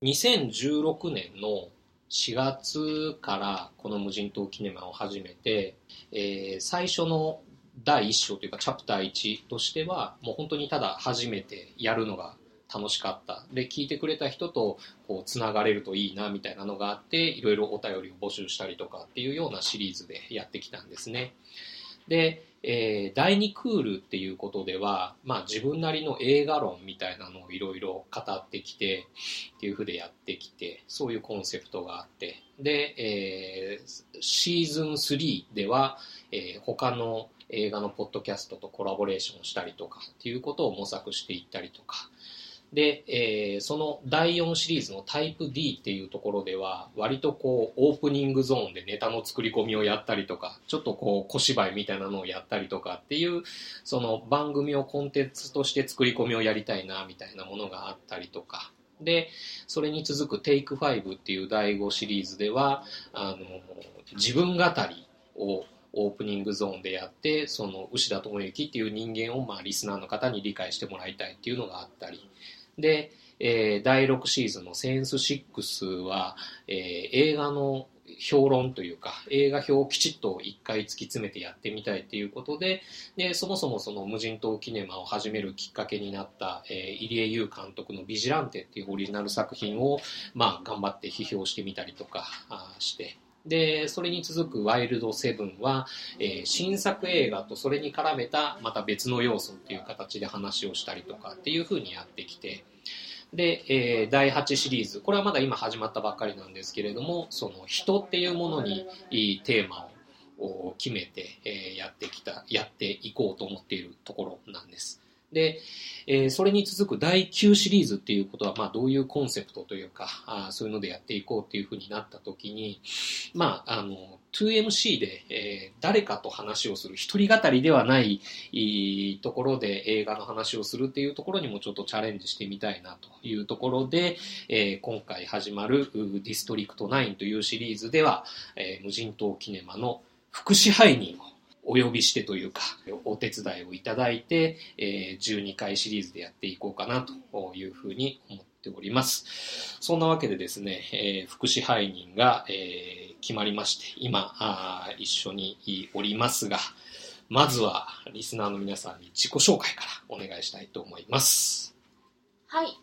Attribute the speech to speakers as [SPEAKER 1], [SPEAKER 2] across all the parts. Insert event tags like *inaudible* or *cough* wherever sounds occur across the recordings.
[SPEAKER 1] 2016年の4月からこの無人島キネマを始めて、えー最初の第1章というかチャプター1としてはもう本当にただ初めてやるのが楽しかったで聞いてくれた人とこうつながれるといいなみたいなのがあっていろいろお便りを募集したりとかっていうようなシリーズでやってきたんですねで、えー第2クールっていうことでは、まあ、自分なりの映画論みたいなのをいろいろ語ってきてっていうふうでやってきてそういうコンセプトがあってで、えーシーズン3では、えー他の映画のポッドキャストとコラボレーションしたりとかっていうことを模索していったりとかで、えーその第4シリーズのタイプ D っていうところでは割とこうオープニングゾーンでネタの作り込みをやったりとかちょっとこう小芝居みたいなのをやったりとかっていうその番組をコンテンツとして作り込みをやりたいなみたいなものがあったりとかでそれに続く「テイク5っていう第5シリーズではあの自分語りをオープニングゾーンでやってその牛田智之っていう人間をまあリスナーの方に理解してもらいたいっていうのがあったりで、えー第6シーズンの「センス6」は、えー映画の評論というか映画表をきちっと一回突き詰めてやってみたいということででそもそもその無人島キネマを始めるきっかけになった、えー入江優監督の「ビジランテ」っていうオリジナル作品を、まあ、頑張って批評してみたりとかあーしてでそれに続く「ワイルドセブンは、えー新作映画とそれに絡めたまた別の要素っていう形で話をしたりとかっていう風にやってきてで、えー第8シリーズこれはまだ今始まったばっかりなんですけれどもその人っていうものにいいテーマをを決めて、えーやってきたやっていこうと思っているところなんです。で、えーそれに続く第9シリーズっていうことは、まあ、どういうコンセプトというかあーそういうのでやっていこうっていうふうになった時に、まあ、あの 2MC で、えー誰かと話をする一人語りではないいいところで映画の話をするっていうところにもちょっとチャレンジしてみたいなというところで、えー今回始まるうーディストリクト9というシリーズでは、えー無人島キネマの副支配人をお呼びしてというかお手伝いをいただいて、えー12回シリーズでやっていこうかなというふうに思っておりますそんなわけでですね、えー副支配人が、えー決まりまして今あー一緒におりますがまずはリスナーの皆さんに自己紹介からお願いしたいと思います
[SPEAKER 2] はい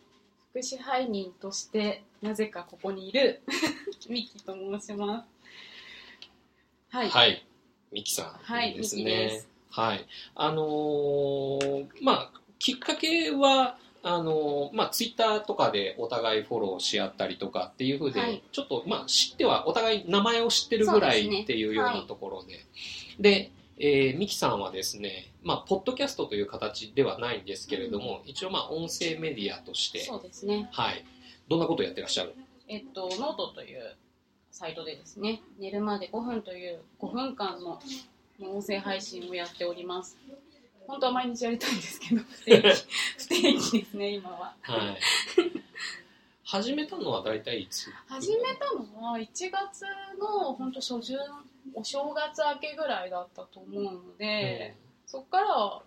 [SPEAKER 2] 副支配人としてなぜかここにいる *laughs* ミキと申しますはい、
[SPEAKER 1] はい、ミキさん
[SPEAKER 2] はい
[SPEAKER 1] です
[SPEAKER 2] ミキで
[SPEAKER 1] ね
[SPEAKER 2] す。
[SPEAKER 1] はい、あのーまあきっかけはあのーまあツイッターとかでお互いフォローし合ったりとかっていう風で、
[SPEAKER 2] はい
[SPEAKER 1] ちょっとまあ知ってはお互い名前を知ってるぐら
[SPEAKER 2] そうです
[SPEAKER 1] い
[SPEAKER 2] ね
[SPEAKER 1] っていうよう
[SPEAKER 2] は
[SPEAKER 1] ないところで、で。えーミキさんはですね、まあ、ポッドキャストという形ではないんですけれども、一応、まあ、音声メディアとして、
[SPEAKER 2] そうですね
[SPEAKER 1] はい、どんなことをやってらっしゃる
[SPEAKER 2] えっとノートというサイトでですね寝るまで5分という5分間の音声配信をやっております本当は毎日やりたいんですけど不 *laughs* 定期不定期ですね今は *laughs*
[SPEAKER 1] はい、始めたのは大体いつ
[SPEAKER 2] 始めたのは1月の本当初旬お正月明けぐらいだったと思うので、そっから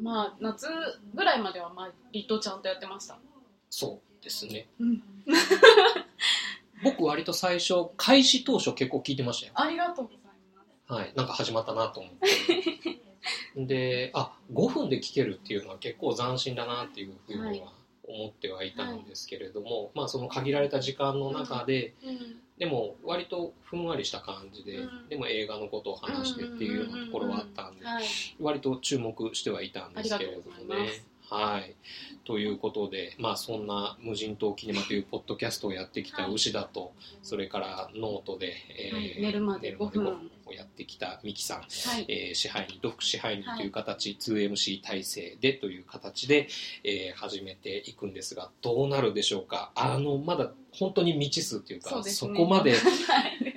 [SPEAKER 2] まあ夏ぐらいまではまあリットちゃんとやってました、
[SPEAKER 1] そうですね
[SPEAKER 2] うん、
[SPEAKER 1] 僕割と最初開始当初結構聞いてましたよ
[SPEAKER 2] ありがとうございます
[SPEAKER 1] はいなんか始まったなと思ってであ5分で聞けるっていうのは結構斬新だなっていうふうには思ってはいたんですけれども、まあその限られた時間の中で、でも割とふんわりした感じで、
[SPEAKER 2] うん
[SPEAKER 1] でも映画のことを話してっていうようなところはあったんで、
[SPEAKER 2] はい、
[SPEAKER 1] 割と注目してはいたんですけれど
[SPEAKER 2] ありが
[SPEAKER 1] も
[SPEAKER 2] とうござい
[SPEAKER 1] ね
[SPEAKER 2] ます。
[SPEAKER 1] はい、ということで、まあ、そんな「無人島キネマ」というポッドキャストをやってきた
[SPEAKER 2] はい
[SPEAKER 1] 牛だと、それからノートで、えー
[SPEAKER 2] はい寝るまで5分
[SPEAKER 1] 寝るまでをやってきたミキさん、
[SPEAKER 2] はい、
[SPEAKER 1] えー支配人と副支配人という形、2MC 体制でという形で、えー始めていくんですがどうなるでしょうかあのまだ本当に未知数というか
[SPEAKER 2] そうですね
[SPEAKER 1] こまで
[SPEAKER 2] *laughs* はい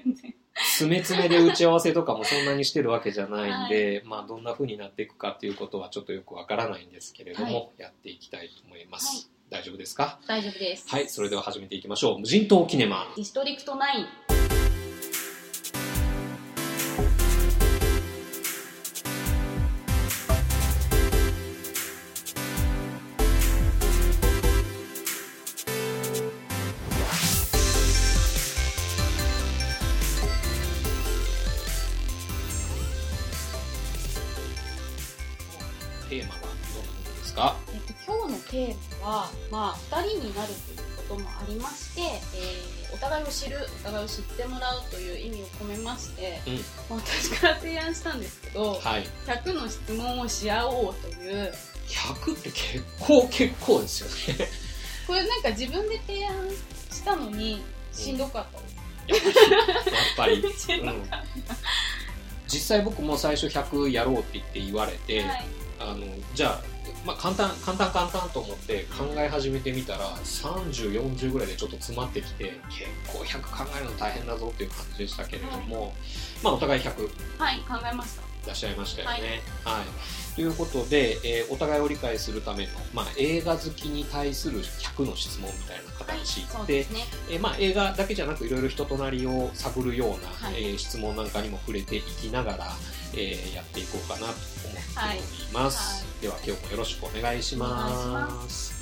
[SPEAKER 2] 全然
[SPEAKER 1] 詰め詰めで打ち合わせとかもそんなにしてるわけじゃないんで、まあどんな風になっていくかっていうことはちょっとよくわからないんですけれども、やっていきたいと思います、大丈夫ですか
[SPEAKER 2] 大丈夫です
[SPEAKER 1] はいそれでは始めていきましょう無人島キネマ
[SPEAKER 2] ディストリクト9
[SPEAKER 1] テーマはどんなものですか
[SPEAKER 2] えっと、今日のテーマは、まあ、2人になるということもありまして、えーお互いを知るお互いを知ってもらうという意味を込めまして、
[SPEAKER 1] うん
[SPEAKER 2] まあ私から提案したんですけど
[SPEAKER 1] はい
[SPEAKER 2] 100の質問をし合おうという
[SPEAKER 1] 100って結構結構ですよ *laughs* ね
[SPEAKER 2] これなんか自分で提案したのにしんどかった
[SPEAKER 1] やっぱり、
[SPEAKER 2] です、しんどかっ
[SPEAKER 1] 実際僕も最初100やろうって言って言われて、
[SPEAKER 2] たはい
[SPEAKER 1] あのじゃあ、まあ、簡単簡単簡単と思って考え始めてみたら3040ぐらいでちょっと詰まってきて結構100考えるの大変だぞっていう感じでしたけれども、まあお互い100
[SPEAKER 2] はい、考えました
[SPEAKER 1] 出し合いましたよね。はいということで、えーお互いを理解するための、まあ、映画好きに対する100の質問みたいな
[SPEAKER 2] はい
[SPEAKER 1] 形
[SPEAKER 2] そう
[SPEAKER 1] で、
[SPEAKER 2] ですね
[SPEAKER 1] えーまあ、映画だけじゃなくいろいろ人となりを探るような、
[SPEAKER 2] はい
[SPEAKER 1] えー質問なんかにも触れていきながら、えーやっていこうかなと思っております、では今日もよろしくお願いし
[SPEAKER 2] お願いし
[SPEAKER 1] ます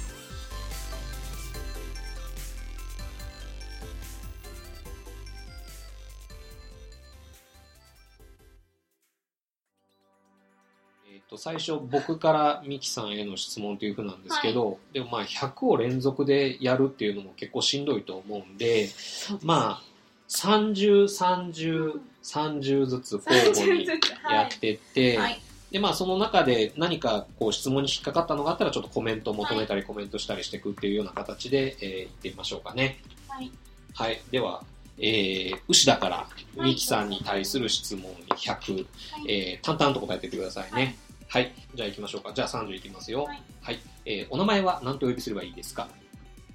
[SPEAKER 1] えーと最初僕からミキさんへの質問というふうなんですけど、でもまあ100を連続でやるっていうのも結構しんどいと思うんで
[SPEAKER 2] そうです
[SPEAKER 1] まあ303030ずつ交互
[SPEAKER 2] 30
[SPEAKER 1] に
[SPEAKER 2] ずつは
[SPEAKER 1] や
[SPEAKER 2] い
[SPEAKER 1] ってって、
[SPEAKER 2] はい
[SPEAKER 1] でまあ、その中で何かこう質問に引っかかったのがあったらちょっとコメントを求めたりコメントしたりしていくっていうような形で、えー、いってみましょうかね。
[SPEAKER 2] はい、
[SPEAKER 1] はい、では、えー、牛田から
[SPEAKER 2] はい
[SPEAKER 1] ミキさんに対する質問に100、
[SPEAKER 2] はい
[SPEAKER 1] えー、淡々と答えていってくださいね。はい、じゃあ行きましょうか。じゃあ30いきますよ。は
[SPEAKER 2] はいい、
[SPEAKER 1] えーお名前は何とお呼びすればいいですか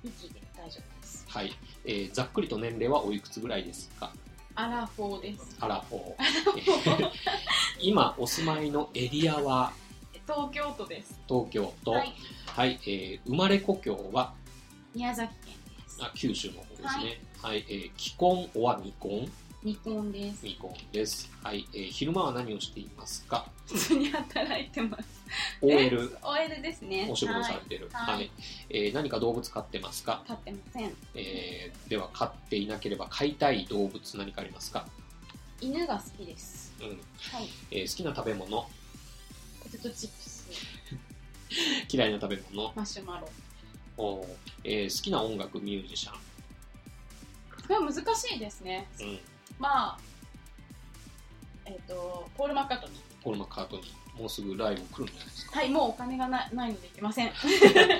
[SPEAKER 2] 息で大丈夫です
[SPEAKER 1] はい、えー、ざっくりと年齢はおいくつぐらいですか
[SPEAKER 2] アラフォーです
[SPEAKER 1] アラフ
[SPEAKER 2] *laughs*
[SPEAKER 1] ォー。今お住まいのエリアは
[SPEAKER 2] 東京都です
[SPEAKER 1] 東京都。
[SPEAKER 2] はい
[SPEAKER 1] はい、えー生まれ故郷は
[SPEAKER 2] 宮崎県です
[SPEAKER 1] あ九州の方ですね。はい、えー既婚おは未婚
[SPEAKER 2] 未婚です
[SPEAKER 1] 未婚です。はい、えー昼間は何をしていますか
[SPEAKER 2] 普通に働いてます
[SPEAKER 1] ?OL、
[SPEAKER 2] OL ですね
[SPEAKER 1] お仕事をさ
[SPEAKER 2] は
[SPEAKER 1] れ
[SPEAKER 2] い
[SPEAKER 1] てる。は、
[SPEAKER 2] はいい
[SPEAKER 1] えー何か動物飼ってますか、
[SPEAKER 2] 飼ってません
[SPEAKER 1] えーでは飼っていなければ飼いたい動物何かありますか
[SPEAKER 2] 犬が好きです
[SPEAKER 1] うん、
[SPEAKER 2] はい
[SPEAKER 1] えー好きな食べ物、
[SPEAKER 2] ポテトチップス
[SPEAKER 1] 嫌いな食べ物、
[SPEAKER 2] マシュマロ
[SPEAKER 1] おーえー好きな音楽、ミュージシャン。
[SPEAKER 2] これは難しいですね
[SPEAKER 1] うん
[SPEAKER 2] まあえっ、とポール・マッカートニー
[SPEAKER 1] ポール・マッカートニー、もうすぐライブ来るんじゃないですか。
[SPEAKER 2] はいもうお金がなないので行き
[SPEAKER 1] *laughs*
[SPEAKER 2] ません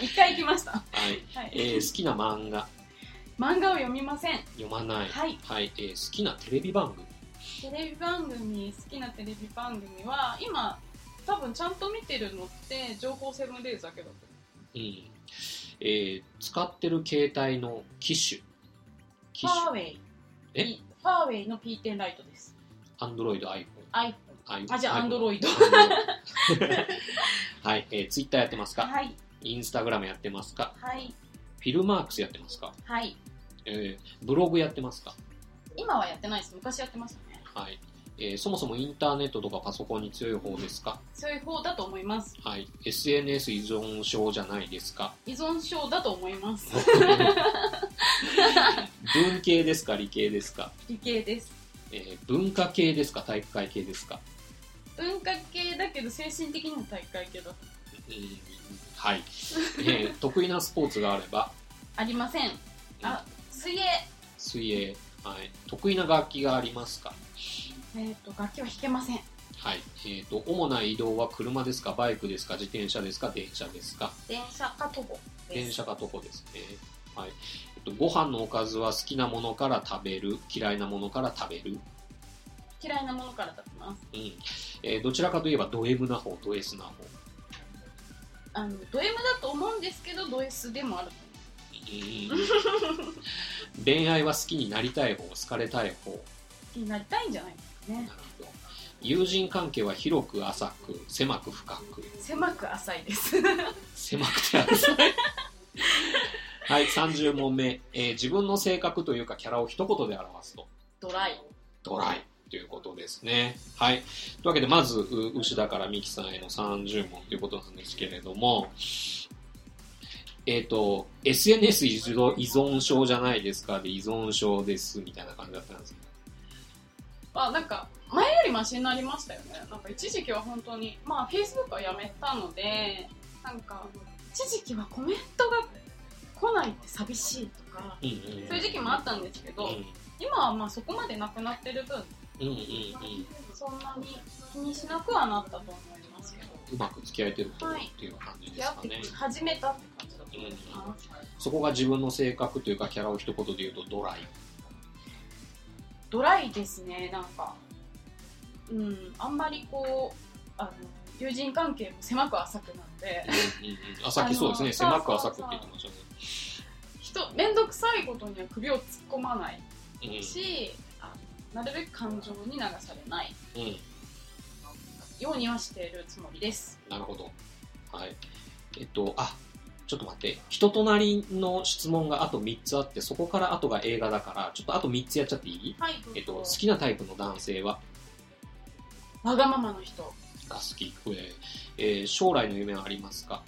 [SPEAKER 2] 一回行きましたは
[SPEAKER 1] はい。
[SPEAKER 2] い、
[SPEAKER 1] えー好きな漫画、
[SPEAKER 2] 漫画を読みません
[SPEAKER 1] 読まない。
[SPEAKER 2] はい
[SPEAKER 1] はい。えー好きなテレビ番組、
[SPEAKER 2] テレビ番組好きなテレビ番組は今多分ちゃんと見てるのって情報セブンデイズだけど
[SPEAKER 1] うんえー使ってる携帯の機種、機
[SPEAKER 2] ファー
[SPEAKER 1] 種、
[SPEAKER 2] ウェイ
[SPEAKER 1] え
[SPEAKER 2] ファーウェイの P10 ライトです
[SPEAKER 1] アンドロイド、iPhone。
[SPEAKER 2] iPhone あじゃあ
[SPEAKER 1] iPhone
[SPEAKER 2] Android
[SPEAKER 1] Android *laughs* はい、えー、ツイッターやってますか、
[SPEAKER 2] はい
[SPEAKER 1] インスタグラムやってますか、
[SPEAKER 2] はい
[SPEAKER 1] フィルマークスやってますか、
[SPEAKER 2] はい
[SPEAKER 1] えーブログやってますか、
[SPEAKER 2] 今はやってないです昔やってましたね
[SPEAKER 1] はいえーそもそもインターネットとかパソコンに強い方ですか、
[SPEAKER 2] そういう方だと思います
[SPEAKER 1] はい、SNS 依存症じゃないです
[SPEAKER 2] *laughs*
[SPEAKER 1] か、
[SPEAKER 2] 依存症だと思います
[SPEAKER 1] 文系ですか、理系ですか、
[SPEAKER 2] 理系です
[SPEAKER 1] えー文化系ですか、体育会系ですか、
[SPEAKER 2] 文化系だけど精神的には大会けど
[SPEAKER 1] うんはい、えー得意なスポーツがあれば
[SPEAKER 2] ありませんあ水泳
[SPEAKER 1] 水泳、はい、得意な楽器がありますか、
[SPEAKER 2] えっ、と楽器は弾けません
[SPEAKER 1] はいえー、と主な移動は車ですかバイクですか自転車ですか電車ですか
[SPEAKER 2] 電車か徒歩です
[SPEAKER 1] 電車か徒歩ですね、はいえっとご飯のおかずは好きなものから食べる嫌いなものから食べる、
[SPEAKER 2] 嫌いなものから食べます
[SPEAKER 1] うんえーどちらかといえばド M な方ド S な方、
[SPEAKER 2] あのド M だと思うんですけどド S でもある
[SPEAKER 1] *laughs* うん恋愛は好きになりたい方好かれたい方
[SPEAKER 2] になりたいんじゃないですかね
[SPEAKER 1] なるほど友人関係は広く浅く狭く深く
[SPEAKER 2] 狭く浅いです *laughs*
[SPEAKER 1] 狭くて浅いはい30問目、えー自分の性格というかキャラを一言で表すと
[SPEAKER 2] ドライ
[SPEAKER 1] ドライということですねはいというわけでまずう牛田から美樹さんへの30問ということなんですけれどもえっ、と SNS 依存依存症じゃないですかで依存症ですみたいな感じだったんですけど
[SPEAKER 2] まあなんか前よりマシになりましたよねなんか一時期は本当にまあフェイスブックはやめたのでなんか一時期はコメントが来ないって寂しいとか
[SPEAKER 1] うんうん
[SPEAKER 2] そういう時期もあったんですけど今はまあそこまでなくなってる分
[SPEAKER 1] うんうんうんうん
[SPEAKER 2] そんなに気にしなくはなったと思いますけど
[SPEAKER 1] うまく付き合えてるとっていう感じで
[SPEAKER 2] 出
[SPEAKER 1] す
[SPEAKER 2] 会
[SPEAKER 1] か
[SPEAKER 2] っ
[SPEAKER 1] ね、
[SPEAKER 2] て始めたって感じだと思います、
[SPEAKER 1] そこが自分の性格というかキャラを一言で言うとドライ
[SPEAKER 2] ドライですねなんかうんあんまりこうあの友人関係も狭く浅くなので
[SPEAKER 1] うんうんうんあさっきそうですね
[SPEAKER 2] あの
[SPEAKER 1] 狭く浅くって言ってましたね
[SPEAKER 2] 人面倒くさいことには首を突っ込まない
[SPEAKER 1] うん
[SPEAKER 2] し、あのなるべく感情に流されない
[SPEAKER 1] うん
[SPEAKER 2] ようにはしているつもりです
[SPEAKER 1] なるほどはいえっとあちょっと待って人となりの質問があと3つあってそこからあとが映画だからちょっとあと3つやっちゃっていい
[SPEAKER 2] はいどうぞ
[SPEAKER 1] えっと、好きなタイプの男性は
[SPEAKER 2] わがままの人
[SPEAKER 1] が好き、えーえー将来の夢はありますか、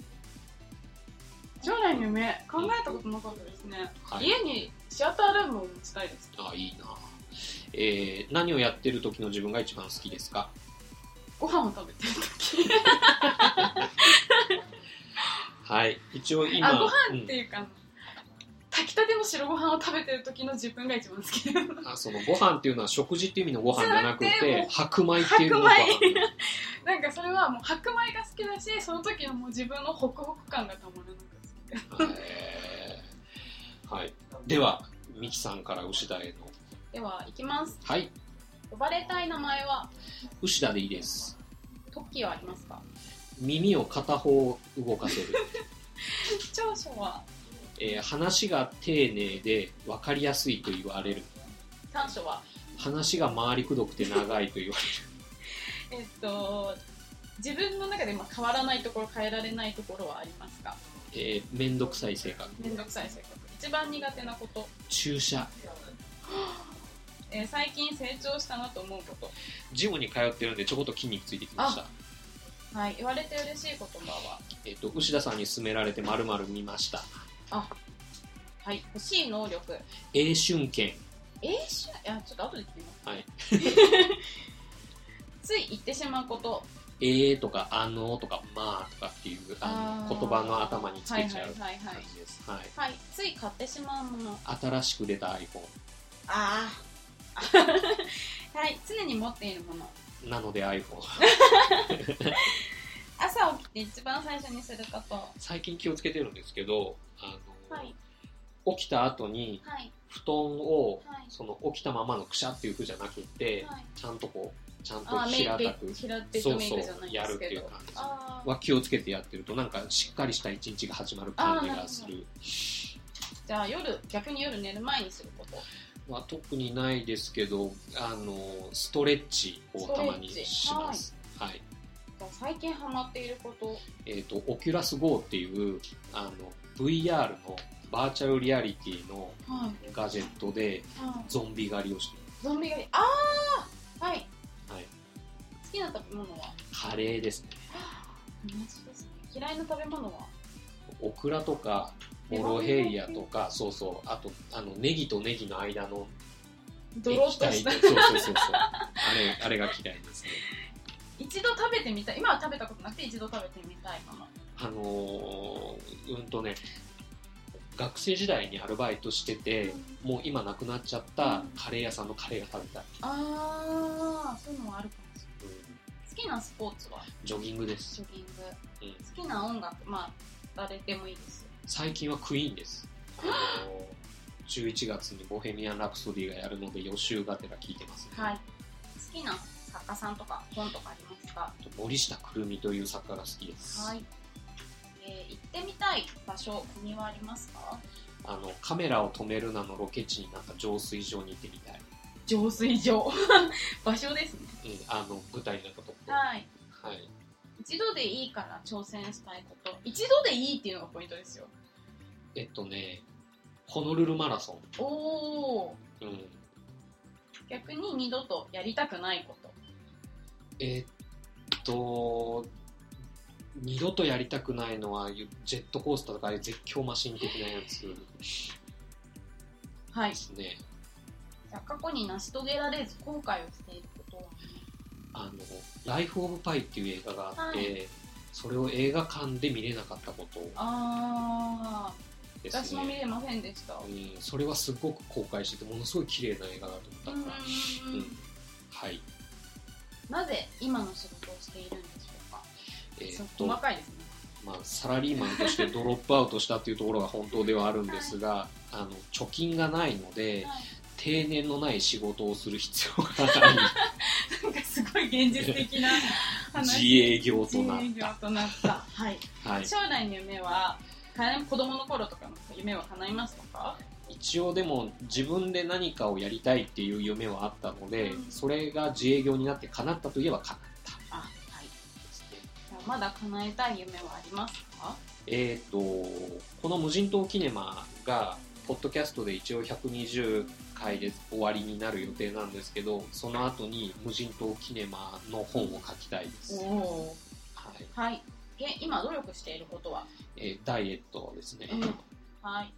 [SPEAKER 2] 将来の夢考えたことなかったですね、
[SPEAKER 1] はい、
[SPEAKER 2] 家にシアタールームを持ちたいです
[SPEAKER 1] あいいな、えー何をやってる時の自分が一番好きですか
[SPEAKER 2] ご飯を食べてる時
[SPEAKER 1] はい一応今
[SPEAKER 2] あご
[SPEAKER 1] うん
[SPEAKER 2] っていうか炊きたての白ご飯を食べてる時の自分が一番好き
[SPEAKER 1] あそのご飯っていうのは食事っていう意味のご飯じゃなく
[SPEAKER 2] じゃなくて
[SPEAKER 1] て
[SPEAKER 2] もう
[SPEAKER 1] 白米っていうのが
[SPEAKER 2] 白 *laughs* なんかそれはもう白米が好きだしその時のもう自分のホクホク感がたまらなく好き
[SPEAKER 1] えーはい、ではミキさんから牛田への
[SPEAKER 2] ではいきます
[SPEAKER 1] はい
[SPEAKER 2] 呼ばれたい名前は
[SPEAKER 1] 牛田でいいです
[SPEAKER 2] トッキーはありますか
[SPEAKER 1] 耳を片方動かせ
[SPEAKER 2] *laughs*
[SPEAKER 1] る、
[SPEAKER 2] 長所は
[SPEAKER 1] えー話が丁寧で分かりやすいと言われる
[SPEAKER 2] 短所は
[SPEAKER 1] 話が回りくどくて長いと言わ
[SPEAKER 2] えっと自分の中でまあ変わらないところ変えられないところはありますか
[SPEAKER 1] れ *laughs* る、えー、めんどくさい性格
[SPEAKER 2] 面倒くさい性格一番苦手なこと、
[SPEAKER 1] 注射
[SPEAKER 2] えー最近成長したなと思うこと
[SPEAKER 1] ジムに通ってるんでちょこっと筋肉ついてきました
[SPEAKER 2] はい言われて嬉しい言葉は
[SPEAKER 1] えっと牛田さんに勧められてまるまる見ました
[SPEAKER 2] はい欲しい能力
[SPEAKER 1] 英春剣
[SPEAKER 2] えー、しゅいやちょっと後で聞きます、
[SPEAKER 1] はい
[SPEAKER 2] つい言ってしまうこと
[SPEAKER 1] えーとか、あのとか、まあとかっていうあの
[SPEAKER 2] あー
[SPEAKER 1] 言葉の頭につけちゃう
[SPEAKER 2] はいはいはい
[SPEAKER 1] 感
[SPEAKER 2] はい
[SPEAKER 1] じです。はい
[SPEAKER 2] はいつい買ってしまうもの
[SPEAKER 1] 新しく出た iPhone。
[SPEAKER 2] ああ *laughs* はい常に持っているもの
[SPEAKER 1] なので iPhone。
[SPEAKER 2] 朝起きて一番最初にすること
[SPEAKER 1] 最近気をつけてるんですけど、あの
[SPEAKER 2] はい
[SPEAKER 1] 起きた後に
[SPEAKER 2] はい
[SPEAKER 1] 布団を、
[SPEAKER 2] はい
[SPEAKER 1] その起きたままのくしゃっていう風じゃなくて、
[SPEAKER 2] はい
[SPEAKER 1] ちゃんとこう、ちゃんと
[SPEAKER 2] あーメイ
[SPEAKER 1] 平た
[SPEAKER 2] ク
[SPEAKER 1] く、
[SPEAKER 2] 平手
[SPEAKER 1] そ
[SPEAKER 2] と
[SPEAKER 1] う
[SPEAKER 2] メイ
[SPEAKER 1] そう
[SPEAKER 2] クじゃない、
[SPEAKER 1] や
[SPEAKER 2] で
[SPEAKER 1] るっ
[SPEAKER 2] す
[SPEAKER 1] て
[SPEAKER 2] け
[SPEAKER 1] いう
[SPEAKER 2] ど
[SPEAKER 1] 感じ。
[SPEAKER 2] あー
[SPEAKER 1] は気をつけてやってると、なんかしっかりした一日が始まる感じがする。
[SPEAKER 2] じゃあ夜逆に夜寝る前にすること
[SPEAKER 1] は特にないですけどあのストレッチをたまにします、はい
[SPEAKER 2] じゃあ最近ハマっていること
[SPEAKER 1] えっ、とオキュラス GO っていうあの VR のバーチャルリアリティの
[SPEAKER 2] はい、
[SPEAKER 1] ガジェットで
[SPEAKER 2] はい、
[SPEAKER 1] ゾンビ狩りをしてい
[SPEAKER 2] ゾンビ狩りああはい
[SPEAKER 1] ます、はい、
[SPEAKER 2] 好きな食べ物は
[SPEAKER 1] カレーですね
[SPEAKER 2] 同じですね嫌いな食べ物は
[SPEAKER 1] オクラとかモロヘイヤとかそうそうあとあのネギとネギの間の
[SPEAKER 2] ドロ
[SPEAKER 1] 液
[SPEAKER 2] ッと
[SPEAKER 1] 体
[SPEAKER 2] した
[SPEAKER 1] そうそうそうそうあれあれが嫌いですね
[SPEAKER 2] 一度食べてみたい今は食べたことなくて一度食べてみたいもの
[SPEAKER 1] あのーうんとね学生時代にアルバイトしてて、もう今なくなっちゃったカレー屋さんのカレーが食べたい、
[SPEAKER 2] ああそういうのはあるかもしれない
[SPEAKER 1] うん
[SPEAKER 2] 好きなスポーツは
[SPEAKER 1] ジョギングです、
[SPEAKER 2] ジョギング
[SPEAKER 1] うん
[SPEAKER 2] 好きな音楽まあ誰でもいいです
[SPEAKER 1] 最近はクイーンです、あの
[SPEAKER 2] *gasps*
[SPEAKER 1] ー11月にボヘミアン・ラプソディがやるので予習がてら聞いてます、ね
[SPEAKER 2] はい好きな作家さんとか本とかありますか
[SPEAKER 1] あと森下くるみという作家が好きです、
[SPEAKER 2] はい、えー行ってみたい場所国はありますか
[SPEAKER 1] あのカメラを止めるなのロケ地になんか浄水場に行ってみたい、
[SPEAKER 2] 浄水場 *laughs* 場所ですね
[SPEAKER 1] うん、あの舞台になったところ、
[SPEAKER 2] はい
[SPEAKER 1] はい
[SPEAKER 2] 一度でいいから挑戦したいこと一度でいいっていうのがポイントですよ
[SPEAKER 1] えっとねホノルルマラソ
[SPEAKER 2] おお
[SPEAKER 1] ン、うん、
[SPEAKER 2] 逆に二度とやりたくないこと
[SPEAKER 1] えーっと、二度とやりたくないのは、ゆジェットコースターとか、ああいう絶叫マシン的なやつで
[SPEAKER 2] はい
[SPEAKER 1] すね。
[SPEAKER 2] じ過去に成し遂げられず後悔をしていることはね
[SPEAKER 1] あの「ライフ・オブ・パイ」っていう映画があって、
[SPEAKER 2] は
[SPEAKER 1] それを映画館で見れなかったこと
[SPEAKER 2] ああ
[SPEAKER 1] ですね
[SPEAKER 2] 私も見れませんでしたう
[SPEAKER 1] うん、それはすごく後悔しててものすごい綺麗な映画だと
[SPEAKER 2] ー
[SPEAKER 1] 思ったから、うん
[SPEAKER 2] ん
[SPEAKER 1] はい
[SPEAKER 2] なぜ今の仕事をしているんでしょうか
[SPEAKER 1] えー
[SPEAKER 2] そう
[SPEAKER 1] っと、
[SPEAKER 2] 細
[SPEAKER 1] ま
[SPEAKER 2] かいですね
[SPEAKER 1] あ、サラリーマンとしてドロップアウトしたっていうところが本当ではあるんですが、あの貯金がないので
[SPEAKER 2] はい
[SPEAKER 1] 定年のない仕事をする必要が
[SPEAKER 2] *laughs*
[SPEAKER 1] ない
[SPEAKER 2] なんかすごい現実的な話
[SPEAKER 1] 自営業となっ
[SPEAKER 2] 自営業となったはい
[SPEAKER 1] た、はい、
[SPEAKER 2] 将来の夢はかな子供の頃とかの夢は叶いましたか
[SPEAKER 1] 一応でも自分で何かをやりたいっていう夢はあったので、
[SPEAKER 2] うん
[SPEAKER 1] それが自営業になって叶ったといえば叶った
[SPEAKER 2] あはい
[SPEAKER 1] ですね
[SPEAKER 2] じゃあまだ叶えたい夢はありますか
[SPEAKER 1] えー、とこの「無人島キネマ」がポッドキャストで一応120回で終わりになる予定なんですけどその後に「無人島キネマ」の本を書きたいです、はい
[SPEAKER 2] おはいで今努力していることは、
[SPEAKER 1] えーダイエットですね、
[SPEAKER 2] はい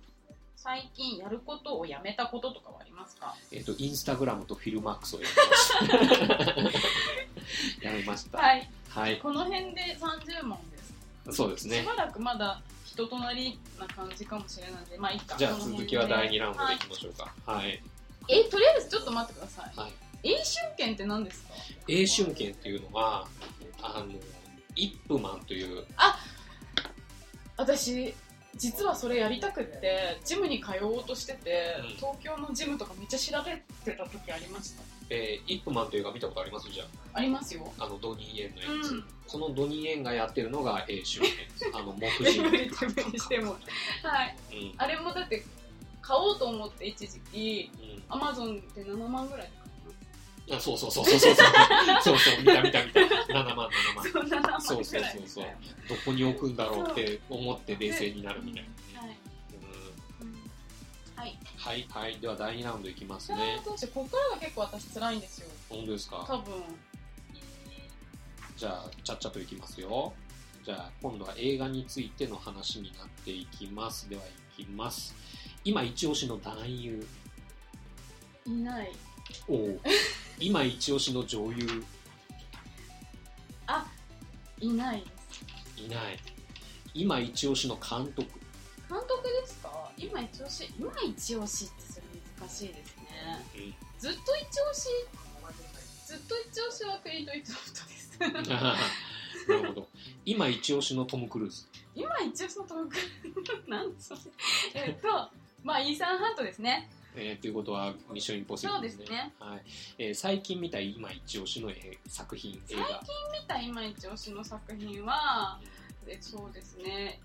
[SPEAKER 2] 最近やることをやめたこととかはありますか
[SPEAKER 1] えー、とインスタグラムとフィルマックスをやめましたやめましたはい、
[SPEAKER 2] はいこの辺で30問です
[SPEAKER 1] そうです
[SPEAKER 2] し
[SPEAKER 1] ね
[SPEAKER 2] ばらくまだ人となりな感じかもしれないのでまあいいか
[SPEAKER 1] じゃあ
[SPEAKER 2] この
[SPEAKER 1] 続
[SPEAKER 2] 辺
[SPEAKER 1] き
[SPEAKER 2] で
[SPEAKER 1] は第2ラウンドでいきましょうかはい、
[SPEAKER 2] えとりあえずちょっと待ってください、
[SPEAKER 1] はい
[SPEAKER 2] 英春券って何ですか
[SPEAKER 1] 英春券っていうのはあのイップマンという
[SPEAKER 2] 私実はそれやりたくってジムに通おうとしてて、
[SPEAKER 1] うん
[SPEAKER 2] 東京のジムとかめっちゃ調べてた時ありました
[SPEAKER 1] えーイップマンという映画見たことありますじゃ
[SPEAKER 2] ありますよ
[SPEAKER 1] ああのドニー・イエンのやつ、
[SPEAKER 2] うん
[SPEAKER 1] このドニー・イエンがやってるのが英州編あの木
[SPEAKER 2] レ *laughs*
[SPEAKER 1] 人
[SPEAKER 2] ベル自分にしてもはい
[SPEAKER 1] うん
[SPEAKER 2] あれもだって買おうと思って一時期
[SPEAKER 1] うん
[SPEAKER 2] アマゾンで7万ぐらい
[SPEAKER 1] あそうそうそうそうそうそうそうそう見た見た見た7万7万
[SPEAKER 2] で買った7万
[SPEAKER 1] そう
[SPEAKER 2] ぐ
[SPEAKER 1] そう
[SPEAKER 2] らい
[SPEAKER 1] そうそう
[SPEAKER 2] はい
[SPEAKER 1] どこに置くんだろうって思って冷静になるみたいな、
[SPEAKER 2] はい、
[SPEAKER 1] うん
[SPEAKER 2] はい、
[SPEAKER 1] はいはいでは第2ラウンドいきます
[SPEAKER 2] それは
[SPEAKER 1] ね
[SPEAKER 2] どうしようこっからが結構私辛いんですよ
[SPEAKER 1] 本当ですか
[SPEAKER 2] 多分
[SPEAKER 1] じゃあちゃっちゃといきますよじゃあ今度は映画についての話になっていきますではいきます今一押しの男
[SPEAKER 2] *laughs*
[SPEAKER 1] 優
[SPEAKER 2] いない
[SPEAKER 1] おう今一押しの女優
[SPEAKER 2] いないです
[SPEAKER 1] いない今一押しの監
[SPEAKER 2] *laughs*
[SPEAKER 1] 督
[SPEAKER 2] 監督ですか今一押し今一押しってそれ難しいですねずっと一押しずっと一押しはクリント・イトウッドです
[SPEAKER 1] *laughs*
[SPEAKER 2] *laughs*
[SPEAKER 1] なるほど今一押しのトム・クルーズ
[SPEAKER 2] 今一押しのトム・ク *laughs* ルーズなんそれえっとまあイーサン・ハントですね
[SPEAKER 1] えーということは「ミッション・インポッシブル」
[SPEAKER 2] そうですね
[SPEAKER 1] はいえー最近見た今一押しの映作品映画
[SPEAKER 2] 見た今一押しの作品はえそうですね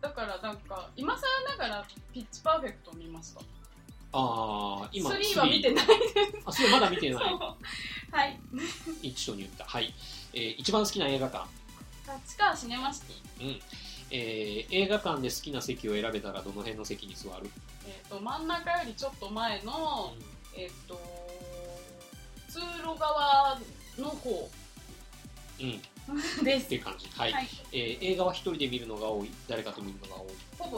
[SPEAKER 2] だからなんか今更ながらピッチパーフェクトを見ました
[SPEAKER 1] ああ今
[SPEAKER 2] スリーは見てない
[SPEAKER 1] あそれまだ見て
[SPEAKER 2] けど
[SPEAKER 1] ない
[SPEAKER 2] はい
[SPEAKER 1] 一緒に言ったはい、えー一番好きな映画館、
[SPEAKER 2] 立川シネマシティ
[SPEAKER 1] うんえー映画館で好きな席を選べたらどの辺の席に座る、
[SPEAKER 2] えっと真ん中よりちょっと前の、えっと通路側の方
[SPEAKER 1] うん、っ
[SPEAKER 2] *laughs* です
[SPEAKER 1] ていう感じはい、
[SPEAKER 2] はい、
[SPEAKER 1] えー映画は一人で見るのが多い誰かと見るのが多い
[SPEAKER 2] ほぼ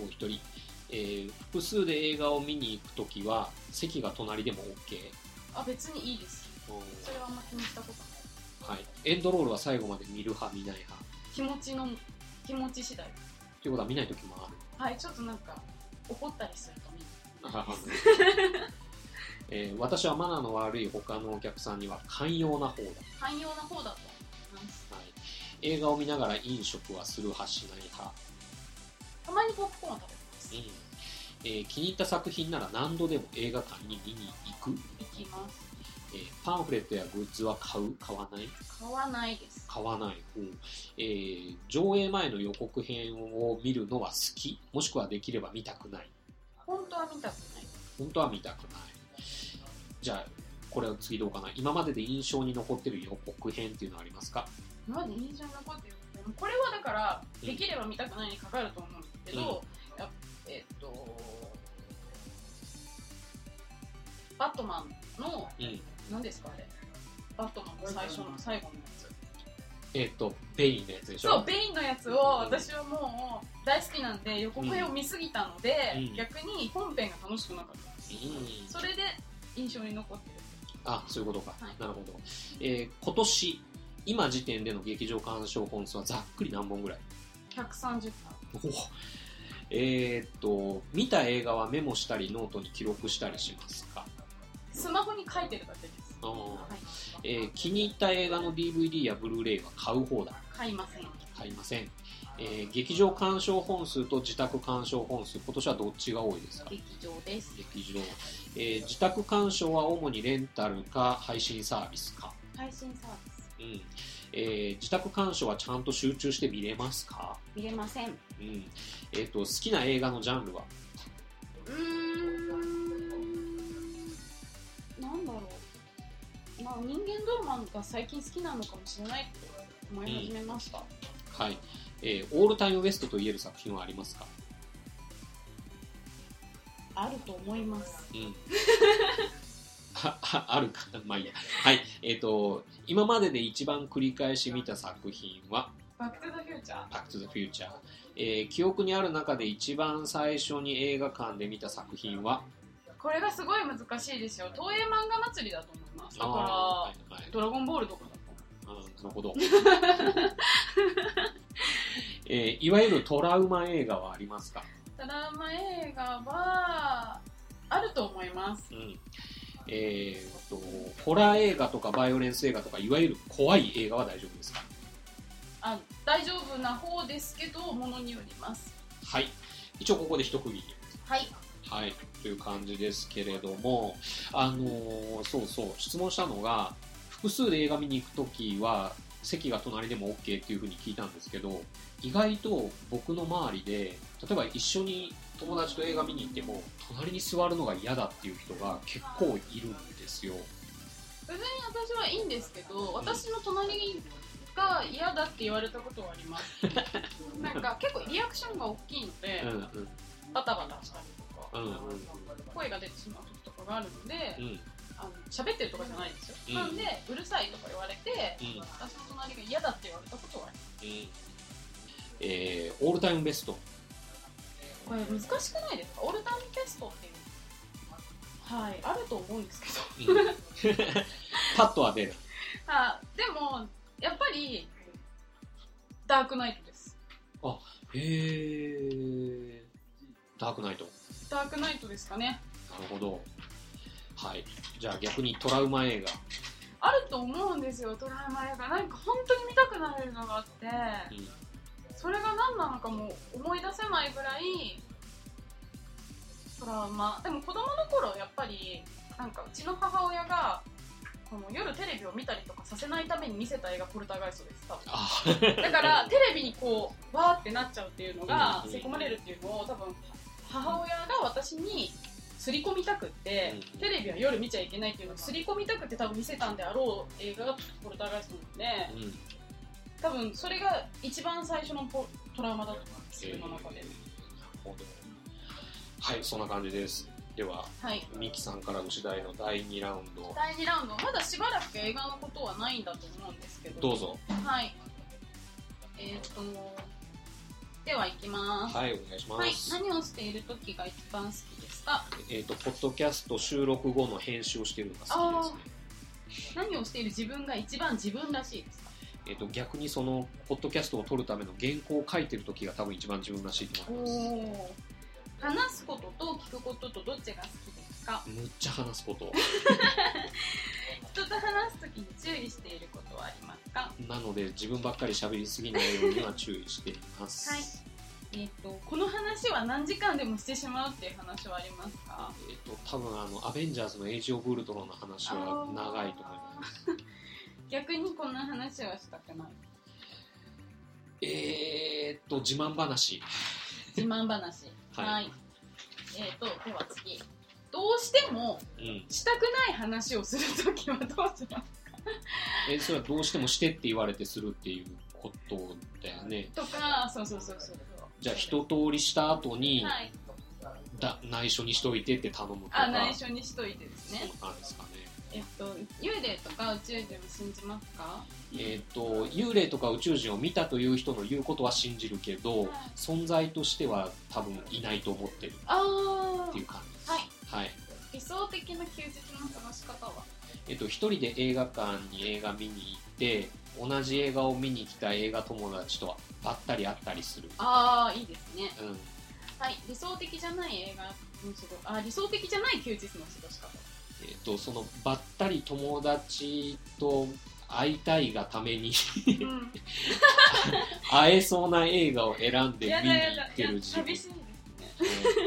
[SPEAKER 1] お一人、えー複数で映画を見に行くときは席が隣でも OK、
[SPEAKER 2] あ別にいいですそれはあんま気にしたことな
[SPEAKER 1] は
[SPEAKER 2] い
[SPEAKER 1] い、エンドロールは最後まで見る派見ない派
[SPEAKER 2] 気持ちの気持ち次第
[SPEAKER 1] ということは見ないときもある
[SPEAKER 2] はいちょっとなんか怒ったりすると見る
[SPEAKER 1] えー私はマナーの悪い他のお客さんには寛容な方だ、
[SPEAKER 2] 寛容な方だと思います
[SPEAKER 1] はい、映画を見ながら飲食はする派しない派、
[SPEAKER 2] たまにポップコーンを食べてます
[SPEAKER 1] うんえー気に入った作品なら何度でも映画館に見に行く、
[SPEAKER 2] 行きます
[SPEAKER 1] えーパンフレットやグッズは買う買わない
[SPEAKER 2] 買わないです
[SPEAKER 1] 買わない、うんえー上映前の予告編を見るのは好きもしくはできれば見たくない
[SPEAKER 2] 本当は見たくない
[SPEAKER 1] 本当は見たくないじゃあこれを次どうかな今までで印象に残ってる予告編っていうのはありますか
[SPEAKER 2] 今まで印象に残ってるけどこれはだから
[SPEAKER 1] うん
[SPEAKER 2] できれば見たくないにかかると思うんですけど、やえっとバットマンの
[SPEAKER 1] うん
[SPEAKER 2] 何ですかあれバットマンの最初の最後のやつ
[SPEAKER 1] えっ、とベインのやつでしょ
[SPEAKER 2] そう、ベインのやつを私はもう大好きなんで予告編を見すぎたので、
[SPEAKER 1] うん
[SPEAKER 2] 逆に本編が楽しくなかったです、
[SPEAKER 1] うん
[SPEAKER 2] それで印象に残ってる
[SPEAKER 1] あそういうことか、
[SPEAKER 2] はい
[SPEAKER 1] なるほど、えー今年今時点での劇場鑑賞本数はざっくり何本ぐらい
[SPEAKER 2] 130巻
[SPEAKER 1] おおえーっと見た映画はメモしたりノートに記録したりしますか、
[SPEAKER 2] スマホに書いてるだけです
[SPEAKER 1] あー
[SPEAKER 2] はい、
[SPEAKER 1] えー気に入った映画の DVD やブルーレイは買う方だ
[SPEAKER 2] 買いません
[SPEAKER 1] 買いません、えー劇場鑑賞本数と自宅鑑賞本数今年はどっちが多いですか
[SPEAKER 2] 劇場です
[SPEAKER 1] 劇場、えー自宅鑑賞は主にレンタルか配信サービスか、
[SPEAKER 2] 配信サービス
[SPEAKER 1] うんえー自宅鑑賞はちゃんと集中して見れますか、
[SPEAKER 2] 見れませんう
[SPEAKER 1] うんえー、と好きな映画のジャンルは
[SPEAKER 2] ーんなんだろうまあ人間ドラマが最近好きなのかもしれないって思い始めました、
[SPEAKER 1] はい、えーオールタイムベストと言える作品はありますか、
[SPEAKER 2] あると思います *laughs*
[SPEAKER 1] うん、あああるかまあいいやはいえっ、と今までで一番繰り返し見た作品は
[SPEAKER 2] バック・トゥ・ザ・フューチャ
[SPEAKER 1] 「
[SPEAKER 2] ー
[SPEAKER 1] バック・トゥ・ザ・フューチャー」えー記憶にある中で一番最初に映画館で見た作品は
[SPEAKER 2] これがすごい難しいですよ東映漫画祭りだと思いますだから、
[SPEAKER 1] あーはいはい
[SPEAKER 2] ドラゴンボールとかだと思
[SPEAKER 1] あ
[SPEAKER 2] う
[SPEAKER 1] ーなる
[SPEAKER 2] *laughs*
[SPEAKER 1] ほど、えーいわゆるトラウマ映画はありますか、
[SPEAKER 2] ただまあ映画はあると思います
[SPEAKER 1] うんえー、とホラー映画とかバイオレンス映画とかいわゆる怖い映画は大丈夫ですか
[SPEAKER 2] あ大丈夫な方ですけどものによります
[SPEAKER 1] はい一応ここで一区切り
[SPEAKER 2] はい
[SPEAKER 1] はい、という感じですけれども、あのーそうそう、質問したのが、複数で映画見に行くときは、席が隣でも OK っていうふうに聞いたんですけど、意外と僕の周りで、例えば一緒に友達と映画見に行っても、隣に座るのが嫌だっていう人が結構いるんですよ。
[SPEAKER 2] 別に私はいいんですけど私の隣が嫌だって言われたことはあります
[SPEAKER 1] *laughs*
[SPEAKER 2] なんか結構リアクションが大きいので、
[SPEAKER 1] うんうん
[SPEAKER 2] バタバタしたりと
[SPEAKER 1] う
[SPEAKER 2] か、
[SPEAKER 1] んうん
[SPEAKER 2] 声が出てしまう時とかがあるので、
[SPEAKER 1] うん
[SPEAKER 2] あの喋ってるとかじゃないんですよ、
[SPEAKER 1] うん
[SPEAKER 2] なんでうるさいとか言われて、
[SPEAKER 1] うん
[SPEAKER 2] 私の隣が嫌だって言われたことはあります
[SPEAKER 1] えーオールタイムベスト。
[SPEAKER 2] これ難しくないですかオルタムテストっていうはいあると思うんですけど
[SPEAKER 1] うんパッとは出る。
[SPEAKER 2] あでもやっぱりダークナイトです
[SPEAKER 1] へー。ダークナイト。
[SPEAKER 2] ダークナイトですかね
[SPEAKER 1] なるほど。はい。じゃあ逆にトラウマ映画。
[SPEAKER 2] あると思うんですよトラウマ映画なんか本当に見たくなるのがあってそれが何なのかも思い出せないぐらいトラウマでも子供の頃やっぱりなんかうちの母親がこの夜テレビを見たりとかさせないために見せた映画「ポルターガイスト」です多分
[SPEAKER 1] あ
[SPEAKER 2] だからテレビにこうわーってなっちゃうっていうのが
[SPEAKER 1] うん
[SPEAKER 2] せこまれるっていうのを多分母親が私に刷り込みたくって
[SPEAKER 1] うん
[SPEAKER 2] テレビは夜見ちゃいけないっていうのを刷り込みたくて多分見せたんであろう映画が「ポルターガイスト」なんで、
[SPEAKER 1] うん。
[SPEAKER 2] 多分それが一番最初のポトラウマだと思います自
[SPEAKER 1] えー
[SPEAKER 2] 分の
[SPEAKER 1] なる
[SPEAKER 2] 中で、
[SPEAKER 1] ほど。はい、そんな感じです。では、
[SPEAKER 2] はい
[SPEAKER 1] ミキさんから牛大の第2ラウンド、
[SPEAKER 2] 第2ラウンドまだしばらく映画のことはないんだと思うんですけど
[SPEAKER 1] どうぞ。
[SPEAKER 2] はいえーっとではいきます
[SPEAKER 1] はい、お願いし
[SPEAKER 2] は
[SPEAKER 1] ま
[SPEAKER 2] い、
[SPEAKER 1] す。
[SPEAKER 2] 何をしている時が一番好きですか
[SPEAKER 1] えっ、と、ポッドキャスト収録後の編集をしてるのが好きですね。
[SPEAKER 2] 何をしている自分が一番自分らしいですか
[SPEAKER 1] えっ、と、逆にその、ポッドキャストを撮るための原稿を書いてる時が多分一番自分らしいと思います。
[SPEAKER 2] お話すことと聞くこととどっちが好きですか
[SPEAKER 1] むっちゃ話すこと。
[SPEAKER 2] 人と話す時に注意していることはありますか
[SPEAKER 1] なので、自分ばっかり喋りすぎないようには注意しています。
[SPEAKER 2] はいえーっとこの話は何時間でもしてしまうっていう話はありますか
[SPEAKER 1] えっと多分あのアベンジャーズのエイジ・オブ・ウルトロンの話は長いと思います
[SPEAKER 2] す逆にこんな話はしたくない
[SPEAKER 1] えー、っと自慢話
[SPEAKER 2] 自慢話
[SPEAKER 1] はい
[SPEAKER 2] えー、とでは次どうしても
[SPEAKER 1] うん
[SPEAKER 2] したくない話をするときはどうします
[SPEAKER 1] えそれはどうしてもしてって言われてするっていうことだよね
[SPEAKER 2] とかそうそうそうそう
[SPEAKER 1] じゃあ一通りした後に、
[SPEAKER 2] はい
[SPEAKER 1] だ内緒にしといてって頼むとか
[SPEAKER 2] あ内緒にしといてです
[SPEAKER 1] そう
[SPEAKER 2] ね
[SPEAKER 1] なんですかね
[SPEAKER 2] えっと幽霊とか宇宙人を信じますか
[SPEAKER 1] えーっと幽霊とか宇宙人を見たという人の言うことは信じるけど、
[SPEAKER 2] はい
[SPEAKER 1] 存在としては多分いないと思ってる
[SPEAKER 2] あ
[SPEAKER 1] っていう感じです
[SPEAKER 2] はい
[SPEAKER 1] はい、
[SPEAKER 2] ー理想的な休日の過ごし方は
[SPEAKER 1] えっと、一人で映画館に映画見に行って同じ映画を見に来た映画友達と会ったり会ったりする、
[SPEAKER 2] ああいいですね
[SPEAKER 1] うん、
[SPEAKER 2] はい理想的じゃない映画の過ごあ理想的じゃない休日の過
[SPEAKER 1] *laughs*
[SPEAKER 2] ごし方
[SPEAKER 1] えっとそのばったり友達と会いたいがために
[SPEAKER 2] うん
[SPEAKER 1] 会えそうな映画を選んで見に
[SPEAKER 2] やだやだ
[SPEAKER 1] 行ってる
[SPEAKER 2] いや
[SPEAKER 1] 自分
[SPEAKER 2] 寂しいですね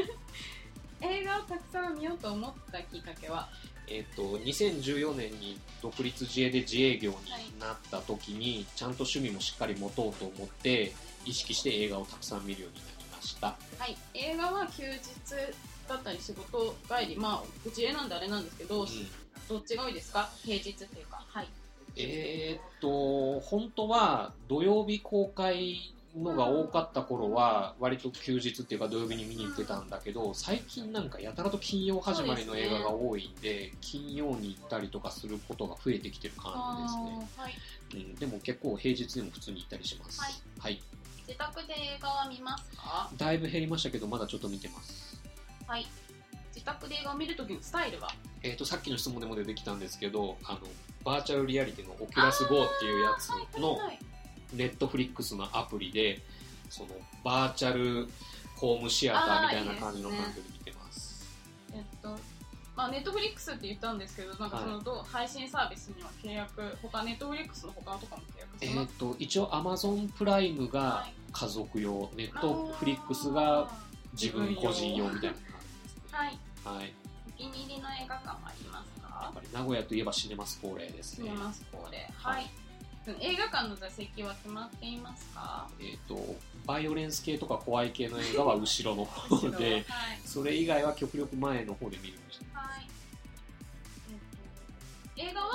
[SPEAKER 2] 映画をたくさん見ようと思ったきっかけは
[SPEAKER 1] えっと2014年に独立自営で自営業になった時に、ちゃんと趣味もしっかり持とうと思って意識して映画をたくさん見るようになりました
[SPEAKER 2] はい映画は休日だったり仕事帰りまあうち絵なんであれなんですけど、
[SPEAKER 1] うん
[SPEAKER 2] どっちが多いですか平日っていうかはい
[SPEAKER 1] えーっと、本当は土曜日公開のが多かった頃は、割と休日っていうか土曜日に見に行ってたんだけど、最近なんかやたらと金曜始まりの映画が多いんで、金曜に行ったりとかすることが増えてきてる感じで
[SPEAKER 2] あーはい
[SPEAKER 1] すね。うん、でも結構平日でも普通に行ったりします。
[SPEAKER 2] はい
[SPEAKER 1] はい。
[SPEAKER 2] 自宅で映画は見ますか
[SPEAKER 1] だいぶ減りましたけど、まだちょっと見てます。
[SPEAKER 2] はい自宅で映画を見るときのスタイルは
[SPEAKER 1] えーっと、さっきの質問でも出てきたんですけど、あの、バーチャルリアリティのオキュラス GO っていうやつの、
[SPEAKER 2] はい
[SPEAKER 1] ネットフリックスのアプリでそのバーチャルホームシアターみたいな感じの環境で見てます
[SPEAKER 2] えっとまあ、ネットフリックスって言ったんですけど、なんかそのどう、配信サービスには契約、他ネットフリックスの他とかも契約して
[SPEAKER 1] え
[SPEAKER 2] ま
[SPEAKER 1] っ
[SPEAKER 2] す。
[SPEAKER 1] と一応 Amazon プライムが
[SPEAKER 2] はい
[SPEAKER 1] 家族用ネッ
[SPEAKER 2] あ
[SPEAKER 1] ト
[SPEAKER 2] ー
[SPEAKER 1] フリックスが自分個人用みたいな感じですね
[SPEAKER 2] はい。
[SPEAKER 1] はい
[SPEAKER 2] お気に入りの映画館はあります
[SPEAKER 1] や
[SPEAKER 2] か
[SPEAKER 1] っぱり名古屋といえばシネマス恒例です
[SPEAKER 2] 決め
[SPEAKER 1] ね
[SPEAKER 2] ます、これ。はい。映画館の座席は決まっていますか
[SPEAKER 1] えっとバイオレンス系とか怖い系の映画は後ろの方
[SPEAKER 2] 後ろはい
[SPEAKER 1] で。それ以外は極力前の方で見るようにしてま
[SPEAKER 2] はい。えっと映画は、